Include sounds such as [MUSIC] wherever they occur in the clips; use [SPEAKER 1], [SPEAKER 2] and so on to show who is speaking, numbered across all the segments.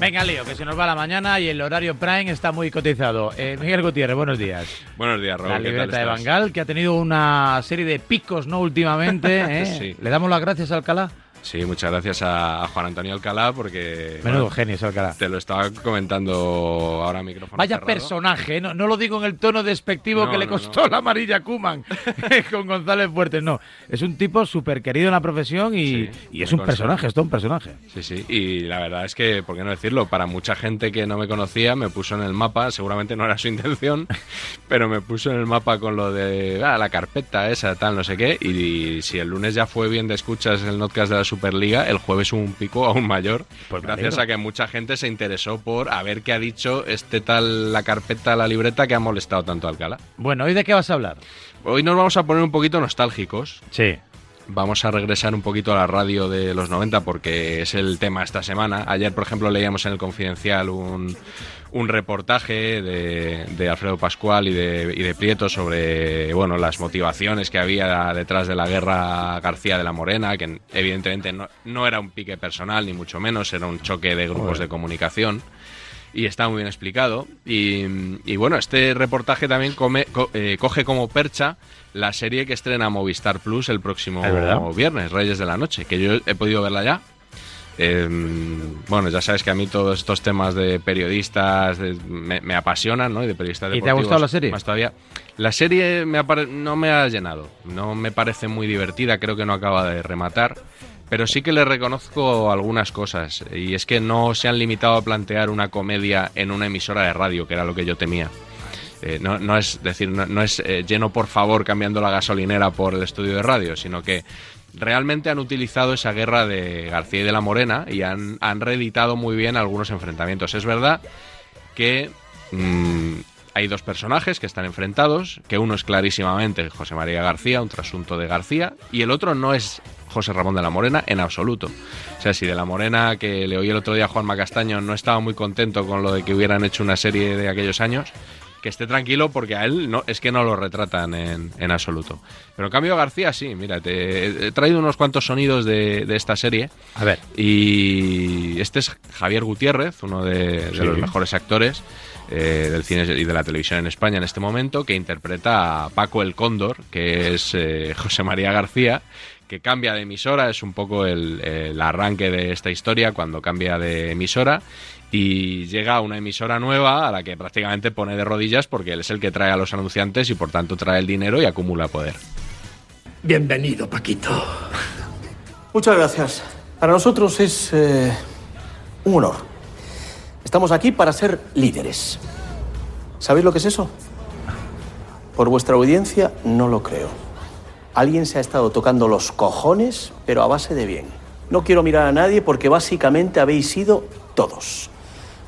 [SPEAKER 1] Venga, Leo, que se nos va la mañana y el horario Prime está muy cotizado. Eh, Miguel Gutiérrez, buenos días.
[SPEAKER 2] Buenos días, Raúl.
[SPEAKER 1] La
[SPEAKER 2] ¿qué tal
[SPEAKER 1] libreta de
[SPEAKER 2] estás?
[SPEAKER 1] Bangal, que ha tenido una serie de picos, ¿no? Últimamente.
[SPEAKER 2] [LAUGHS]
[SPEAKER 1] ¿eh?
[SPEAKER 2] Sí.
[SPEAKER 1] Le damos las gracias a Alcalá.
[SPEAKER 2] Sí, muchas gracias a, a Juan Antonio Alcalá porque
[SPEAKER 1] Menudo
[SPEAKER 2] bueno,
[SPEAKER 1] genio es Alcalá.
[SPEAKER 2] te lo estaba comentando ahora a micrófono.
[SPEAKER 1] Vaya
[SPEAKER 2] cerrado.
[SPEAKER 1] personaje, ¿eh? no, no lo digo en el tono despectivo
[SPEAKER 2] No,
[SPEAKER 1] que le
[SPEAKER 2] no,
[SPEAKER 1] costó
[SPEAKER 2] no.
[SPEAKER 1] la amarilla Kuman [LAUGHS] eh, con González Fuertes, no. Es un tipo súper querido en la profesión y,
[SPEAKER 2] Sí,
[SPEAKER 1] y es
[SPEAKER 2] me
[SPEAKER 1] un
[SPEAKER 2] consta.
[SPEAKER 1] personaje, es todo
[SPEAKER 2] [LAUGHS]
[SPEAKER 1] un personaje.
[SPEAKER 2] Sí, sí, y la verdad es que, ¿por qué no decirlo? Para mucha gente que no me conocía, me puso en el mapa, seguramente no era su intención, [LAUGHS] pero me puso en el mapa con lo de ah, la carpeta esa, tal, no sé qué, y, si el lunes ya fue bien de escuchas el podcast de la Superliga, el jueves hubo un pico aún mayor,
[SPEAKER 1] Pues me
[SPEAKER 2] gracias
[SPEAKER 1] alegro.
[SPEAKER 2] a que mucha gente se interesó por a ver qué ha dicho este tal, la carpeta, la libreta que ha molestado tanto a Alcalá.
[SPEAKER 1] Bueno, ¿hoy de qué vas a hablar?
[SPEAKER 2] Hoy nos vamos a poner un poquito nostálgicos,
[SPEAKER 1] Sí.
[SPEAKER 2] Vamos a regresar un poquito a la radio de los 90 porque es el tema esta semana. Ayer, por ejemplo, leíamos en el Confidencial un, un reportaje de, de Alfredo Pascual y de, y de Prieto sobre bueno, las motivaciones que había detrás de la guerra García de la Morena, que evidentemente no, no era un pique personal, ni mucho menos, era un choque de grupos de comunicación y está muy bien explicado. Y, y bueno, este reportaje también come- co- eh, coge como percha la serie que estrena Movistar Plus el próximo
[SPEAKER 1] Es verdad.
[SPEAKER 2] viernes, Reyes de la Noche, que yo he podido verla ya. Eh, bueno, ya sabes que a mí todos estos temas de periodistas de- me, me apasionan, ¿no? Y de periodistas
[SPEAKER 1] ¿Y te ha
[SPEAKER 2] deportivos
[SPEAKER 1] gustado la serie?
[SPEAKER 2] Más todavía. La serie me ha pare- no me ha llenado, no me parece muy divertida, creo que no acaba de rematar. Pero sí que le reconozco algunas cosas, y es que no se han limitado a plantear una comedia en una emisora de radio, que era lo que yo temía. Eh, no, no es decir, no, no es eh, lleno por favor cambiando la gasolinera por el estudio de radio, sino que realmente han utilizado esa guerra de García y de la Morena y han, han reeditado muy bien algunos enfrentamientos. Es verdad que mm, hay dos personajes que están enfrentados, que uno es clarísimamente José María García, un trasunto de García, y el otro no es José Ramón de la Morena en absoluto. O sea, si de la Morena, que le oí el otro día a Juanma Castaño, no estaba muy contento con lo de que hubieran hecho una serie de aquellos años, que esté tranquilo porque a él no, es que no lo retratan en, en absoluto. Pero en cambio a García sí, mira, te, he traído unos cuantos sonidos de, de esta serie.
[SPEAKER 1] A ver.
[SPEAKER 2] Y este es Javier Gutiérrez, uno de, de
[SPEAKER 1] Sí.
[SPEAKER 2] los mejores actores eh, del cine y de la televisión en España en este momento, que interpreta a Paco el Cóndor, que es eh, [LAUGHS] José María García, que cambia de emisora, es un poco el, el arranque de esta historia cuando cambia de emisora. Y llega a una emisora nueva a la que prácticamente pone de rodillas porque él es el que trae a los anunciantes y por tanto trae el dinero y acumula poder.
[SPEAKER 3] Bienvenido, Paquito.
[SPEAKER 4] Muchas gracias. Para nosotros es eh, un honor. Estamos aquí para ser líderes. ¿Sabéis lo que es eso? Por vuestra audiencia no lo creo. Alguien se ha estado tocando los cojones, pero a base de bien. No quiero mirar a nadie porque básicamente habéis sido todos.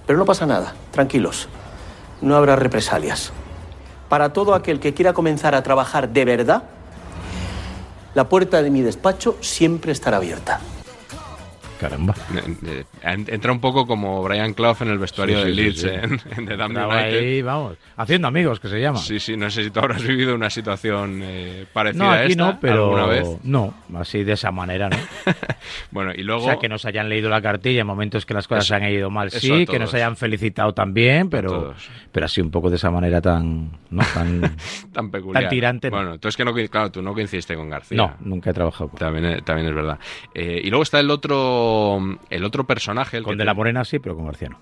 [SPEAKER 4] Pero no pasa nada, tranquilos. No habrá represalias. Para todo aquel que quiera comenzar a trabajar de verdad, la puerta de mi despacho siempre estará abierta.
[SPEAKER 1] Caramba.
[SPEAKER 2] Eh, eh, Entra un poco como Brian Clough en el vestuario
[SPEAKER 1] Sí, sí,
[SPEAKER 2] del Leeds
[SPEAKER 1] sí, sí.
[SPEAKER 2] En, en The Damned
[SPEAKER 1] Estaba
[SPEAKER 2] United.
[SPEAKER 1] ahí, vamos. Haciendo amigos, que se llama.
[SPEAKER 2] Sí, sí, no sé si tú habrás vivido una situación eh, parecida
[SPEAKER 1] no,
[SPEAKER 2] a
[SPEAKER 1] aquí
[SPEAKER 2] esta
[SPEAKER 1] no, pero.
[SPEAKER 2] alguna vez.
[SPEAKER 1] No, así de esa manera, ¿no?
[SPEAKER 2] [LAUGHS] Bueno, y
[SPEAKER 1] O
[SPEAKER 2] luego
[SPEAKER 1] sea, que nos hayan leído la cartilla en momentos que las cosas
[SPEAKER 2] Eso-
[SPEAKER 1] han ido mal,
[SPEAKER 2] eso
[SPEAKER 1] sí,
[SPEAKER 2] a
[SPEAKER 1] que nos
[SPEAKER 2] todos.
[SPEAKER 1] hayan felicitado también, pero,
[SPEAKER 2] todos.
[SPEAKER 1] pero así un poco de esa manera tan. No,
[SPEAKER 2] [LAUGHS]
[SPEAKER 1] tan
[SPEAKER 2] tan peculiar.
[SPEAKER 1] tan tirante, no.
[SPEAKER 2] Bueno, tú es que no, coinc- claro, tú no coincidiste con García.
[SPEAKER 1] no nunca he trabajado con.
[SPEAKER 2] También, eh, también es verdad. Eh, y luego está el otro, el otro personaje, el,
[SPEAKER 1] Con
[SPEAKER 2] que
[SPEAKER 1] De
[SPEAKER 2] te-
[SPEAKER 1] la Morena sí, pero con García no.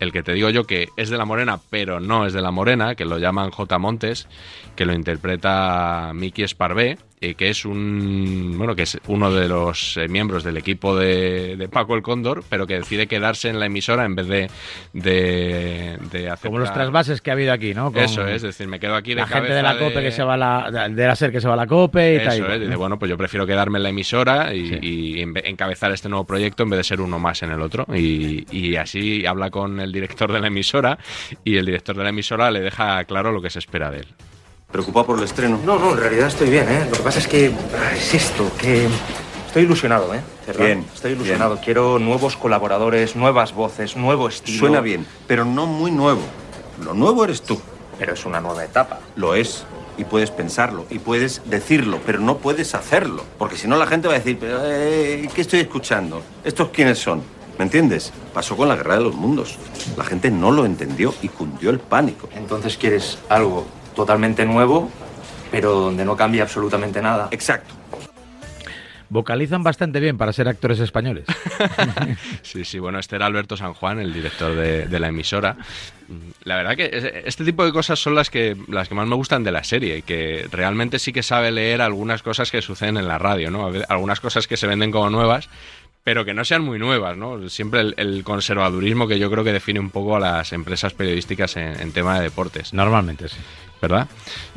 [SPEAKER 2] el que te digo yo que es de la Morena, pero no es de la Morena, que lo llaman J. Montes, que lo interpreta Miki Esparvé, eh, que es un bueno, que es uno de los eh, miembros del equipo de, de Paco el Cóndor, pero que decide quedarse en la emisora en vez de, de, de
[SPEAKER 1] Como los
[SPEAKER 2] aceptar-
[SPEAKER 1] trasvases que ha habido aquí, ¿no? Con
[SPEAKER 2] Eso es, es decir, me quedo aquí de
[SPEAKER 1] la gente de
[SPEAKER 2] cabeza
[SPEAKER 1] la COPE que se va a la. de la SER que se va a la COPE y
[SPEAKER 2] Eso
[SPEAKER 1] tal. y
[SPEAKER 2] es,
[SPEAKER 1] cual,
[SPEAKER 2] dice,
[SPEAKER 1] ¿no?
[SPEAKER 2] bueno, pues yo prefiero quedarme en la emisora y,
[SPEAKER 1] Sí.
[SPEAKER 2] y enve- encabezar este nuevo proyecto en vez de ser uno más en el otro. Y, y así habla con el director de la emisora y el director de la emisora le deja claro lo que se espera de él.
[SPEAKER 4] ¿Preocupado por el estreno?
[SPEAKER 3] No, no, en realidad estoy bien, ¿eh? Lo que pasa es que ah, es esto, que estoy ilusionado, ¿eh? Ferran,
[SPEAKER 5] Bien,
[SPEAKER 3] Estoy ilusionado. Quiero nuevos colaboradores, nuevas voces, nuevo estilo.
[SPEAKER 5] Suena bien, pero no muy nuevo. Lo nuevo eres tú.
[SPEAKER 3] Pero es una nueva etapa.
[SPEAKER 5] Lo es. Y puedes pensarlo, y puedes decirlo, pero no puedes hacerlo. Porque si no la gente va a decir, "Pero, eh, ¿qué estoy escuchando? ¿Estos quiénes son?
[SPEAKER 6] ¿Me entiendes? Pasó con la guerra de los mundos. La gente no lo entendió y cundió el pánico.
[SPEAKER 7] Entonces quieres algo totalmente nuevo, pero donde no cambie absolutamente nada.
[SPEAKER 6] Exacto.
[SPEAKER 1] Vocalizan bastante bien para ser
[SPEAKER 2] [LAUGHS]
[SPEAKER 1] actores españoles.
[SPEAKER 2] Sí, sí, bueno, este era Alberto San Juan, el director de, de la emisora. La verdad que es- este tipo de cosas son las que, las que más me gustan de la serie, que realmente sí que sabe leer algunas cosas que suceden en la radio, ¿no? A ve- Algunas cosas que se venden como nuevas, pero que no sean muy nuevas, ¿no? Siempre el, el conservadurismo que yo creo que define un poco a las empresas periodísticas en, en tema de deportes,
[SPEAKER 1] Normalmente sí.
[SPEAKER 2] ¿verdad?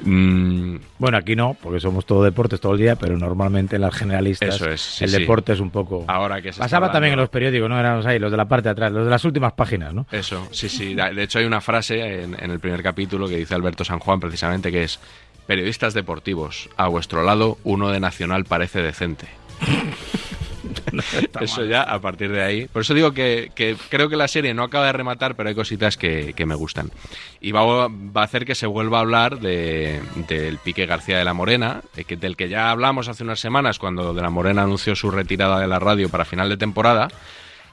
[SPEAKER 2] Mm,
[SPEAKER 1] Bueno, aquí no, porque somos todo deportes todo el día, pero normalmente en las generalistas
[SPEAKER 2] Eso es, sí,
[SPEAKER 1] el
[SPEAKER 2] sí.
[SPEAKER 1] deporte es un poco...
[SPEAKER 2] ahora que se está
[SPEAKER 1] Pasaba también en
[SPEAKER 2] hablando-
[SPEAKER 1] los periódicos, ¿no? Éramos ahí, los de la parte de atrás, los de las últimas páginas, ¿no?
[SPEAKER 2] Eso, sí, sí. Da- De hecho, hay una frase en, en el primer capítulo que dice Alberto San Juan, precisamente, que es: Periodistas deportivos, a vuestro lado, uno de Nacional parece decente. eso ya, a partir de ahí. Por eso digo que, que creo que la serie no acaba de rematar, pero hay cositas que, que me gustan. Y va, a- va a hacer que se vuelva a hablar de, del Pique García de la Morena, de que- del que ya hablamos hace unas semanas cuando de la Morena anunció su retirada de la radio para final de temporada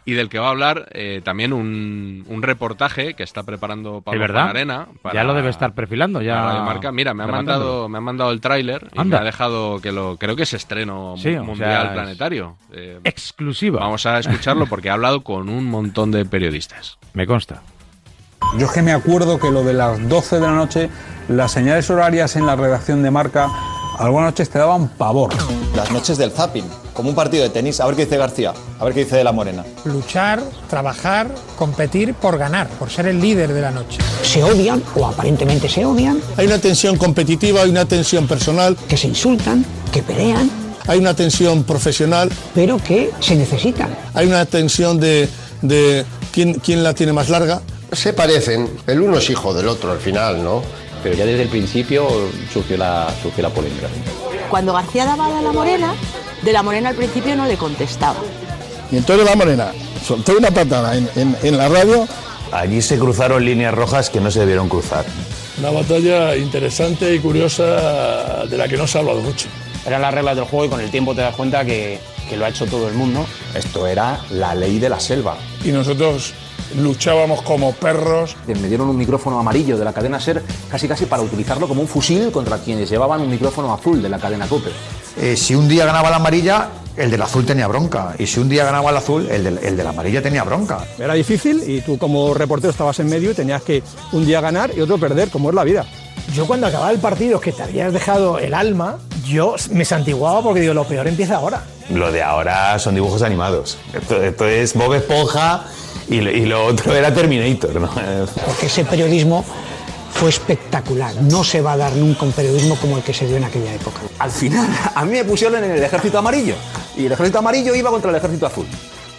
[SPEAKER 2] y del que va a hablar eh, también un, un reportaje que está preparando
[SPEAKER 1] ¿De
[SPEAKER 2] Pablo
[SPEAKER 1] verdad?
[SPEAKER 2] Arena.
[SPEAKER 1] ya lo debe estar perfilando, ya...
[SPEAKER 2] marca. Mira, me ha
[SPEAKER 1] rematándolo.
[SPEAKER 2] mandado, me ha mandado el tráiler y me
[SPEAKER 1] Anda.
[SPEAKER 2] ha dejado que lo creo que es estreno
[SPEAKER 1] Sí,
[SPEAKER 2] mu-
[SPEAKER 1] o sea,
[SPEAKER 2] mundial
[SPEAKER 1] es-
[SPEAKER 2] planetario. Eh,
[SPEAKER 1] Exclusiva.
[SPEAKER 2] vamos a escucharlo porque ha hablado con un montón de periodistas.
[SPEAKER 1] Me consta.
[SPEAKER 8] Yo es que me acuerdo que lo de las 12 de la noche, las señales horarias en la redacción de marca, algunas noches te daban pavor.
[SPEAKER 9] Las noches del zapping, como un partido de tenis. A ver qué dice García, a ver qué dice de la Morena.
[SPEAKER 10] luchar, trabajar, competir por ganar, por ser el líder de la noche.
[SPEAKER 11] se odian o aparentemente se odian,
[SPEAKER 8] Hay una tensión competitiva, hay una tensión personal,
[SPEAKER 11] que se insultan, que pelean,
[SPEAKER 8] hay una tensión profesional,
[SPEAKER 11] pero que se necesitan.
[SPEAKER 8] hay una tensión de, de quién, quién la tiene más larga.
[SPEAKER 9] Se parecen, el uno es hijo del otro al final, ¿no? Pero ya desde el principio surgió la, surgió la polémica.
[SPEAKER 12] Cuando García daba de la Morena, de la Morena al principio no le contestaba.
[SPEAKER 8] Y entonces la morena soltó una patada en, la radio.
[SPEAKER 9] Allí se cruzaron líneas rojas que no se debieron cruzar.
[SPEAKER 8] Una batalla interesante y curiosa de la que no se ha hablado mucho.
[SPEAKER 7] Eran las reglas del juego y con el tiempo te das cuenta que, que lo ha hecho todo el mundo.
[SPEAKER 9] Esto era la ley de la selva.
[SPEAKER 8] Y nosotros luchábamos como perros
[SPEAKER 7] Me dieron un micrófono amarillo de la cadena SER casi casi para utilizarlo como un fusil contra quienes llevaban un micrófono azul de la cadena COPE.
[SPEAKER 9] Eh, si un día ganaba la amarilla, el del azul tenía bronca. Y si un día ganaba el azul, el del, el de la amarilla tenía bronca.
[SPEAKER 8] Era difícil y tú como reportero estabas en medio y tenías que un día ganar y otro perder, como es la vida.
[SPEAKER 10] Yo cuando acababa el partido, que te habías dejado el alma, yo me santiguaba porque digo, lo peor empieza ahora.
[SPEAKER 9] Lo de ahora son dibujos animados. Esto, esto es Bob Esponja y lo, y lo otro era Terminator, ¿no?
[SPEAKER 11] Porque ese periodismo fue espectacular. No se va a dar nunca un periodismo como el que se dio en aquella época.
[SPEAKER 7] Al final, [LAUGHS] a mí me pusieron en el ejército amarillo. Y el ejército amarillo iba contra el ejército azul.